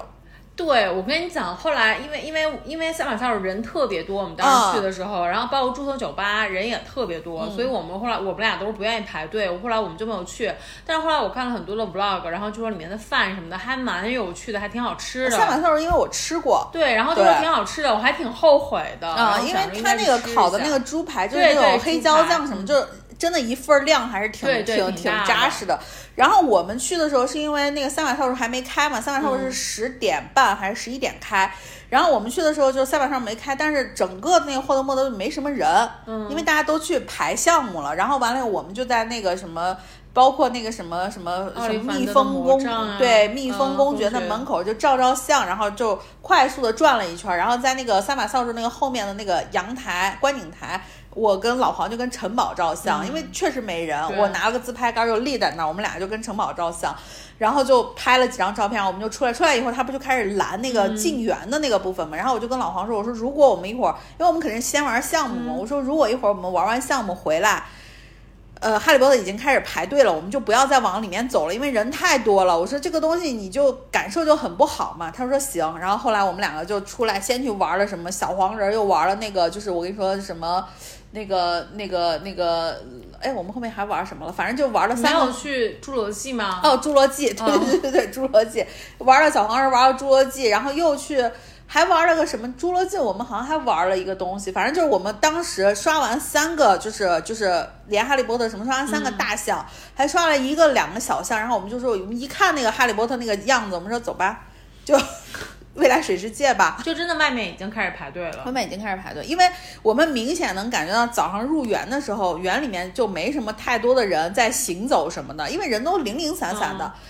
对，我跟你讲，后来因为因为因为三马萨尔人特别多，我们当时
嗯
去的时候，然后包括注册酒吧人也特别多，所以我们后来我们俩都是不愿意排队，我后来我们就没有去。但是后来我看了很多的 vlog，然后就说里面的饭什么的还蛮有趣的，还挺好吃
三把
的。
扫帚，因为我吃过，
对，然后就说
对
挺好吃的，我还挺后悔的
啊，
然后
因
想着
为
应
它
该
那
去
个
吃一
烤的
下
那个猪排就是
对
那
对
种黑
猪
椒
排
酱什么，
嗯
就是真的一份儿量还是挺
对对
挺
挺大的
扎实的。然后我们去的时候是因为那个三把扫帚还没开嘛，三把扫
嗯
帚是十点半还是十一点开。然后我们去的时候就是三把上没开，但是整个那个霍德莫德就没什么人，
嗯
因为大家都去排项目了。然后完了，我们就在那个什么，包括那个什么什么
奥
什
利
么
凡
蜜
德的
蜂
魔
公，
杖啊
对蜜
嗯
蜂公爵
公
的
爵
门口就照照相，然后就快速的转了一圈，然后在那个三把扫帚那个后面的那个阳台观景台。我跟老黄就跟城堡照相，因为确实没人，
对
我拿了个自拍杆就立在那儿，我们俩就跟城堡照相，然后就拍了几张照片，我们就出来。出来以后，他不就开始拦那个进园的那个部分嘛？然后我就跟老黄说：“我说如果我们一会儿，因为我们肯定是先玩项目嘛，我说如果一会儿我们玩完项目回来，呃，哈利波特已经开始排队了，我们就不要再往里面走了，因为人太多了。我说这个东西你就感受就很不好嘛。他说行，然后后来我们两个就出来，先去玩了什么小黄人儿，又玩了那个，就是我跟你说什么，那个那个那个，哎，我们后面还玩什么了？反正就玩了
没
三个
有去侏罗纪吗？
哦，侏罗纪，对对对对对，侏罗纪，玩了小黄人，玩了侏罗纪，然后又去还玩了个什么侏罗纪，我们好像还玩了一个东西，反正就是我们当时刷完三个，就是就是连哈利波特什么刷完三个大象，还刷了一个两个小象，然后我们就说我们一看那个哈利波特那个样子，我们说走吧，就 未来水世界吧，
就真的外面已经开始排队
外
了。
面已经开始排队，因为我们明显能感觉到早上入园的时候，园里面就没什么太多的人在行走什么的，因为人都零零散散的。
嗯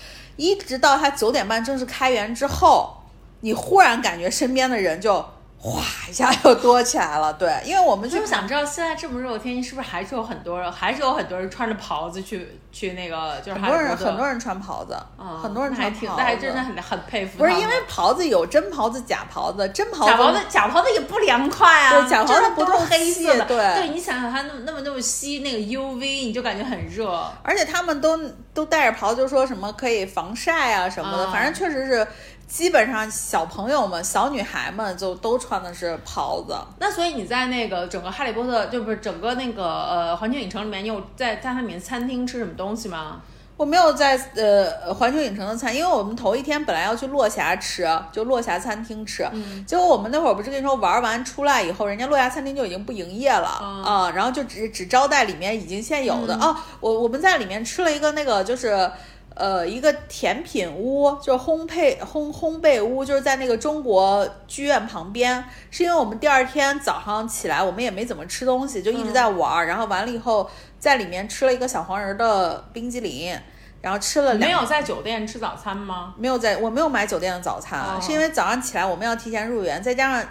一直到它九点半正式开园之后，你忽然感觉身边的人就哗一下又多起来了。对，因为我们
就
就是
想知道现在这么热的天气，是不是还是有很多人，还是有很多人穿着袍子去去那个，就是
很
哈
多
利
人
波特
很多人穿袍子，
啊
很多人
那还
穿袍
挺，
子，
那还真的很很佩服
不
他
是
们。
因为袍子有真袍子、假袍子，真袍
假袍子，假袍子也不凉快啊，
对假袍子
真的
不
都是
透
黑
气
色的，
对
你想想它那么那么那么吸那个 UV，你就感觉很热。
而且他们都都带着袍，就说什么可以防晒啊什么的，
啊
反正确实是，基本上小朋友们、小女孩们就都穿的是袍子。
那所以你在那个整个《哈利波特》就不是整个那个呃环球影城里面，你有在在它里面餐厅吃什么东西吗？
我没有在呃环球影城的餐，因为我们头一天本来要去落霞吃，就落霞餐厅吃，结果我们那会儿不是跟你说玩完出来以后，人家落霞餐厅就已经不营业了啊、然后就只只招待里面已经现有的、哦，我我们在里面吃了一个那个就是。呃，一个甜品屋，就是烘焙烘烘焙屋，就是在那个中国剧院旁边。是因为我们第二天早上起来，我们也没怎么吃东西，就一直在玩儿。然后完了以后，在里面吃了一个小黄人儿的冰激凌，然后吃了两
没有在酒店吃早餐吗？
没有在，我没有买酒店的早餐，
哦
是因为早上起来我们要提前入园，再加上，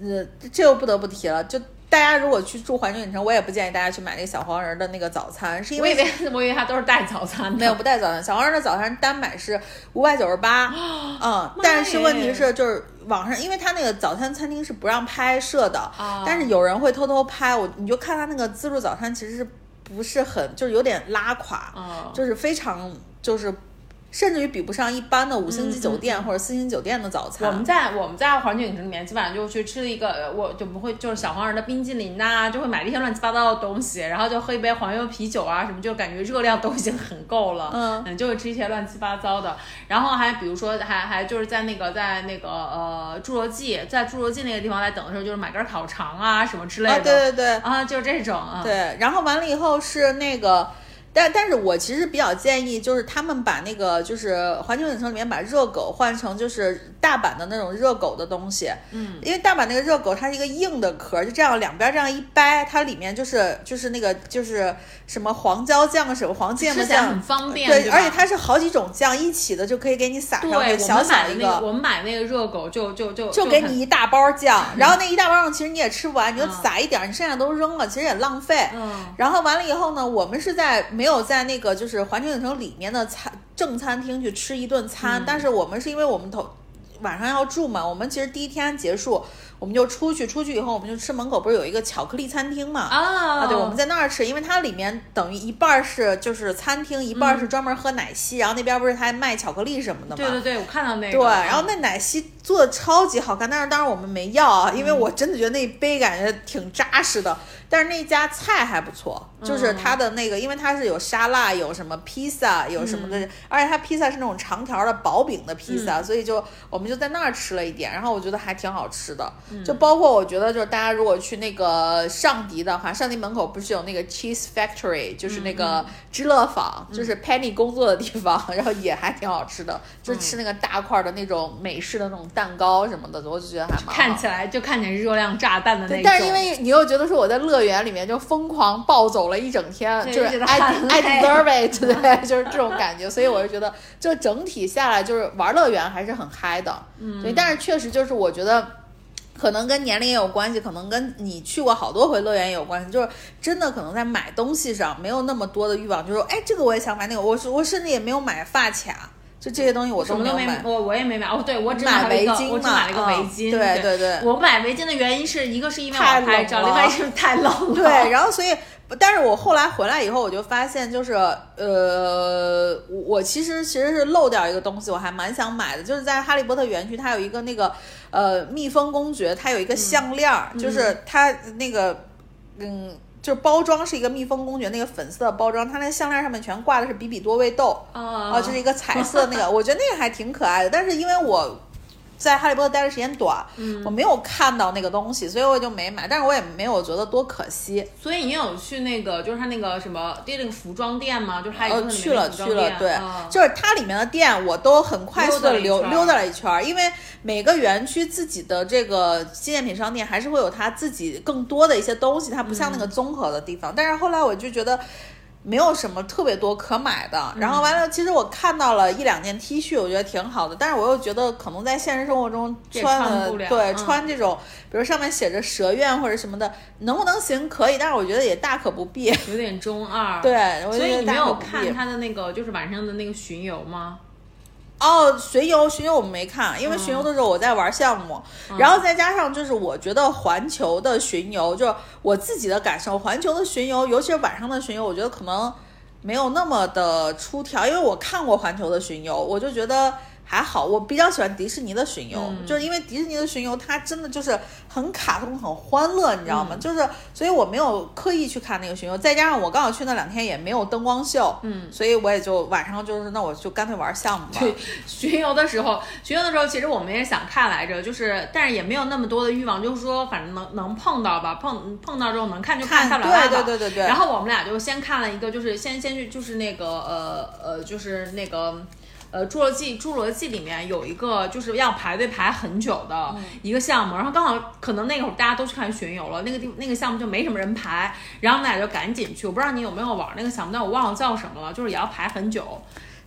呃，这又不得不提了，就大家如果去住环球影城，我也不建议大家去买那个小黄人儿的那个早餐，是因
我以
为
为 我以为它都是带早餐的，
没有不带早餐，小黄人的早餐单买是五百九十
啊
八，嗯，但是问题是就是网上，因为他那个早餐餐厅是不让拍摄的，
啊
但是有人会偷偷拍，我你就看他那个自助早餐其实是不是很就是有点拉垮，
哦
就是非常就是甚至于比不上一般的五星级酒店或者四星酒店的早餐。
嗯我们在我们在环球影城里面，基本上就去吃一个，呃我就不会就是小黄人的冰激凌呐、就会买这些乱七八糟的东西，然后就喝一杯黄油啤酒啊什么，就感觉热量都已经很够了，
嗯
就会吃一些乱七八糟的。然后还比如说还还就是在那个在那个呃侏罗纪，在侏罗纪那个地方来等的时候，就是买根烤肠啊什么之类
啊，
的，
对对对
啊，就是这种啊，
对，然后完了以后是那个。但但是我其实比较建议，就是他们把那个就是环球影城里面把热狗换成就是大阪的那种热狗的东西，嗯，因为大阪那个热狗它是一个硬的壳，就这样两边这样一掰，它里面就是就是那个就是什么黄椒酱什么黄芥末
吃起来
酱，
很方便，
对，
吧
而且它是好几种酱一起的，就可以给你撒上
对，
那
我
小
们买
小
的
一
那个，我们买那个热狗就就就
就给
很
你一大 包酱，然后那一大包酱其实你也吃不完，你就
嗯
撒一点儿，你剩下都扔了，其实也浪费。
嗯
然后完了以后呢，我们是在没有在那个就是环球影城里面的餐正餐厅去吃一顿
嗯
餐，但是我们是因为我们头晚上要住嘛，我们其实第一天结束我们就出去，出去以后我们就吃门口不是有一个巧克力餐厅嘛？
啊
啊，对，我们在那儿吃，因为它里面等于一半儿是就是餐厅，一半儿是专门喝奶昔，然后那边儿不是还卖巧克力什么的嘛？
对对对，我看到那个，
对，然后那奶昔做的超级好看，但是当然我们没要啊，因
嗯
为我真的觉得那一杯感觉挺扎实的。但是那家菜还不错，
嗯
就是它的那个，因为它是有沙拉，有什么披萨，有什么
嗯
的，而且它披萨是那种长条的薄饼的披萨，所以就我们就在那儿吃了一点，然后我觉得还挺好吃的。
嗯
就包括我觉得，就是大家如果去那个上迪的话，上迪门口不是有那个 Cheese Factory，就是那
嗯
个知乐坊，就是 Penny 工作的地方， 然后也还挺好吃的，
嗯
就是吃那个大块的那种美式的那种蛋糕什么的，我就觉得还蛮好
看起来就看起来是热量炸弹的那
对，
种。
但是因为你又觉得说我在乐园里面就疯狂暴走了一整天，
对
就是
就觉得
I
很
I
累
deserve it，对， 就是这种感觉，所以我就觉得，就整体下来就是玩乐园还是很嗨的，
嗯
对，但是确实就是我觉得。可能跟年龄也有关系，可能跟你去过好多回乐园也有关系。就是真的可能在买东西上没有那么多的欲望，就是哎，这个我也想买，那个我是我甚至也没有买发卡，就这些东西我
什
都
么
没
都
有
没
买，。
我我也没买。哦，对，我只
买
了一个，
围巾
我只
嘛
买了一个
嗯
围巾。
对
对
对对
我买围巾的原因是一个是因为我
太
要
冷
拍照，
了
另外是太冷了。
对，然后所以，但是我后来回来以后，我就发现，就是呃，我我其实其实是漏掉一个东西，我还蛮想买的，就是在哈利波特园区，它有一个那个呃蜜蜂公爵，它有一个项链儿，就是它那个嗯。就是包装是一个蜜蜂公爵那个粉色的包装，它那项链上面全挂的是比比多味豆，
啊
哦，就是一个彩色那个，我觉得那个还挺可爱的。但是因为我在哈利波特待的时间短，我没有看到那个东西，所以我就没买。但是我也没有觉得多可惜。
所以你有去那个，就是他那个什么，那个服装店吗？就是还有一
呃，
个
去了
服
去
装
了
店，
对，
啊
就是它里面的店我都很快速的
溜
溜
达了一圈
溜达了一圈儿，因为每个园区自己的这个纪念品商店还是
嗯
会有它自己更多的一些东西，它不像那个综合的地方。但是后来我就觉得。没有什么特别多可买的。
嗯
然后完了，其实我看到了一两件 T 恤，我觉得挺好的，但是我又觉得可能在现实生活中
也
穿
穿
的
不了
对
嗯
穿这种，比如上面写着蛇院或者什么的，能不能行可以，但是我觉得也大可不必。
有点中二。
对，，我觉
所以
得
你没
大可
有
不必
看他的那个就是晚上的那个巡游吗？
哦，巡游巡游我们没看，因为巡游的时候我在玩项目，然后再加上就是我觉得环球的巡游，就是我自己的感受，环球的巡游，尤其是晚上的巡游，我觉得可能没有那么的出挑，因为我看过环球的巡游，我就觉得。还好，我比较喜欢迪士尼的巡游，就是因为迪士尼的巡游，它真的就是很卡通、很欢乐，你知道吗？就是，所以我没有刻意去看那个巡游，再加上我刚好去那两天也没有灯光秀，嗯，所以我也就晚上就是，那我就干脆玩项目吧。
对，巡游的时候，巡游的时候，其实我们也想看来着，就是但是也没有那么多的欲望，就是说反正能能碰到吧，碰碰到之后能看就
看
看不了拉
对
倒
对对对对
然后我们俩就先看了一个，就是先先去就是那个呃呃就是那个。呃，侏罗纪，侏罗纪里面有一个就是要排队排很久的
嗯
一个项目，然后刚好可能那会儿大家都去看巡游了，那个地那个项目就没什么人排，然后我们俩就赶紧去。我不知道你有没有玩那个项目，但我忘了叫什么了，就是也要排很久。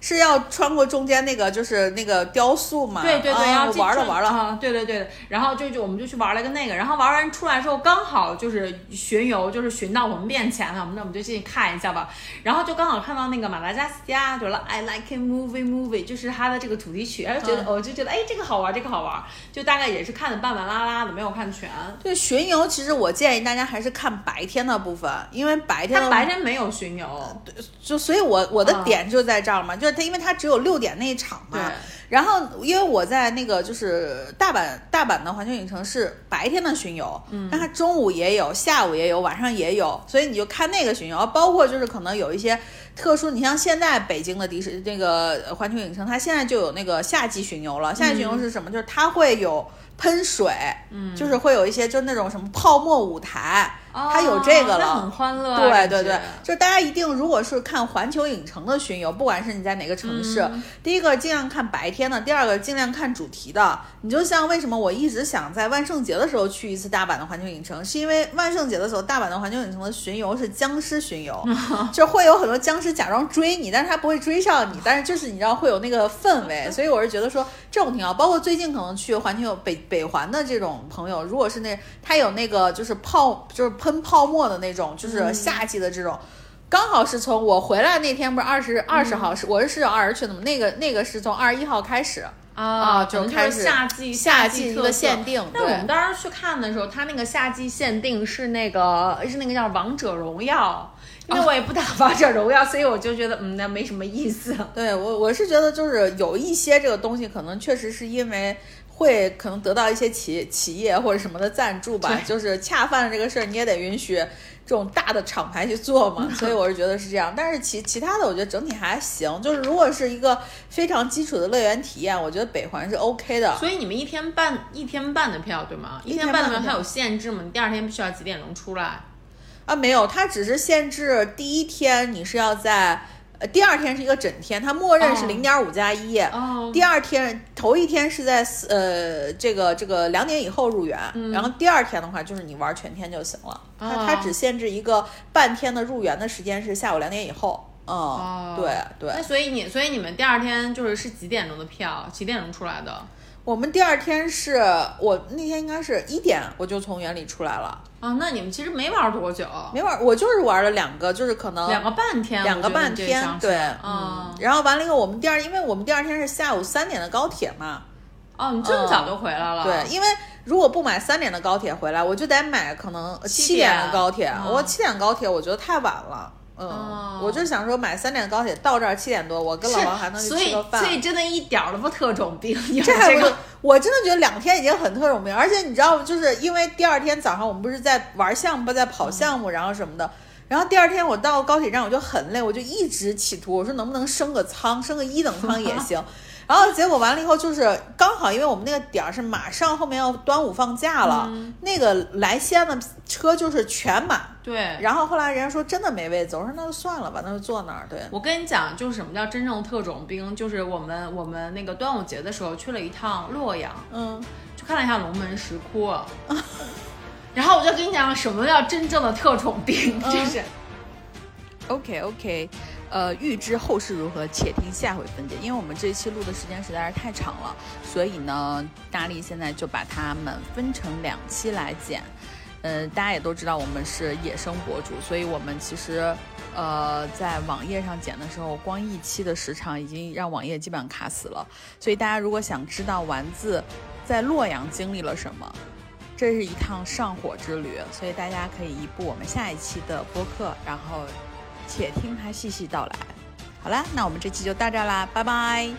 是要穿过中间那个，就是那个雕塑嘛？
对对对，
啊
然后进
玩了
去
玩了。
啊，对对对的。然后就就我们就去玩了个那个，然后玩完出来之后，刚好就是巡游，就是巡到我们面前了，我们那我们就进去看一下吧。然后就刚好看到那个马达加斯加，就是 I like it movie movie，就是它的这个主题曲，然后觉得、
嗯
我就觉得哎这个好玩，这个好玩，就大概也是看的半半拉拉的，没有看全。
对巡游，其实我建议大家还是看白天的部分，因为白天
它
的
白天没有巡游，
就，所以我我的
啊
点就在这儿嘛，就是它，因为它只有六点那一场嘛。
对
然后因为我在那个就是大阪大阪的环球影城是白天的巡游，嗯，但它中午也有，下午也有，晚上也有，所以你就看那个巡游，包括就是可能有一些特殊，你像现在北京的迪士那个呃环球影城，它现在就有那个夏季巡游了。夏季巡游是什么？就是它会有。喷水，嗯，就是会有一些，就是那种什么泡沫舞台，它有这个
哦
了，
那很欢乐啊、
对
感
对
觉
对，就是大家一定如果是看环球影城的巡游，不管是你在哪个城市，
嗯
第一个尽量看白天的，第二个尽量看主题的。你就像为什么我一直想在万圣节的时候去一次大阪的环球影城，是因为万圣节的时候大阪的环球影城的巡游是僵尸巡游，就会有很多僵尸假装追你，但是他不会追上你，但是就是你知道会有那个氛围，所以我是觉得说这种挺好。包括最近可能去环球北北环的这种朋友，如果是那他有那个就是泡就是喷泡沫的那种，就是夏季的这种。刚好是从我回来那天，不是二十二十号是、我是是二十去的嘛，那个那个是从二十一号开始，
啊，
就
可能
开
是
始
夏季
夏季
季
一
特
个
色
限定
但我
对
们当时去看的时候，它那个夏季限定是那个是那个叫《王者荣耀》，因
哦
为我也不打 王者荣耀，所以我就觉得嗯，那没什么意思。
对我，我是觉得就是有一些这个东西，可能确实是因为会可能得到一些企企业或者什么的赞助吧，
对
就是恰饭这个事儿，你也得允许这种大的厂牌去做 嘛。所以我是觉得是这样，但是其其他的我觉得整体还行，就是如果是一个非常基础的乐园体验，我觉得北环是 OK 的。
所以你们一天半一天半的票对吗？
一
一
天
半的
半的
它
票
有限制吗？你第二天必须要几点钟出来？
啊，没有，它只是限制第一天你是要在，呃，第二天是一个整天，它默认是
哦
零点五加一。
哦，
第二天头一天是在四呃这个这个两点以后入园，然后第二天的话就是你玩全天就行了。它、
嗯哦
它只限制一个半天的入园的时间是下午两点以后。嗯，
哦
对对
那，所以你所以你们第二天就是是几点钟的票？几点钟出来的？
我们第二天是我那天应该是一点我就从园里出来了，
啊，那你们其实没玩多久，
没玩我就是玩了两个，就是可能
哦两个半天，
两个
我觉得
半
你这
天
想，
对，
啊
嗯，然后完了以后我们第二，因为我们第二天是下午三点的高铁嘛，
哦，你这么早就回来了？
嗯对，因为如果不买三点的高铁回来，我就得买可能七点的高铁。
嗯
我七点高铁，我觉得太晚了。嗯，
哦
我就想说买三点的高铁到这儿七点多，我跟老
是
王还能去
所以
吃个饭
所。以真的一点儿都不特种 兵，有
这还
这
不是
个，
我真的觉得两天已经很特种兵，而且你知道吗，就是因为第二天早上我们不是在玩项目，在
嗯
跑项目，然后什么的，然后第二天我到高铁站我就很累，我就一直企图我说能不能升个舱，升个一等舱 也行。然后结果完了以后，就是刚好因为我们那个点儿是马上后面要端午放假了，
嗯
那个来西安的车就是全满。
对。
然后后来人家说真的没位子，我说那就算了吧，那就坐那儿。对，
我跟你讲，就是什么叫真正特种兵，就是我们我们那个端午节的时候去了一趟洛阳，
嗯，
去看了一下龙门石 窟， 嗯然后我就跟你讲什么叫真正的特种兵，就是
OK OK，呃，预知后事如何，且听下回分解。因为我们这一期录的时间实在是太长了，所以呢，大力现在就把它们分成两期来剪。呃，大家也都知道我们是野生博主，所以我们其实，呃，在网页上剪的时候，光一期的时长已经让网页基本上卡死了。所以大家如果想知道丸子在洛阳经历了什么，这是一趟上火之旅，所以大家可以移步我们下一期的播客，然后且听他细细道来。好啦，那我们这期就到这儿啦，拜拜。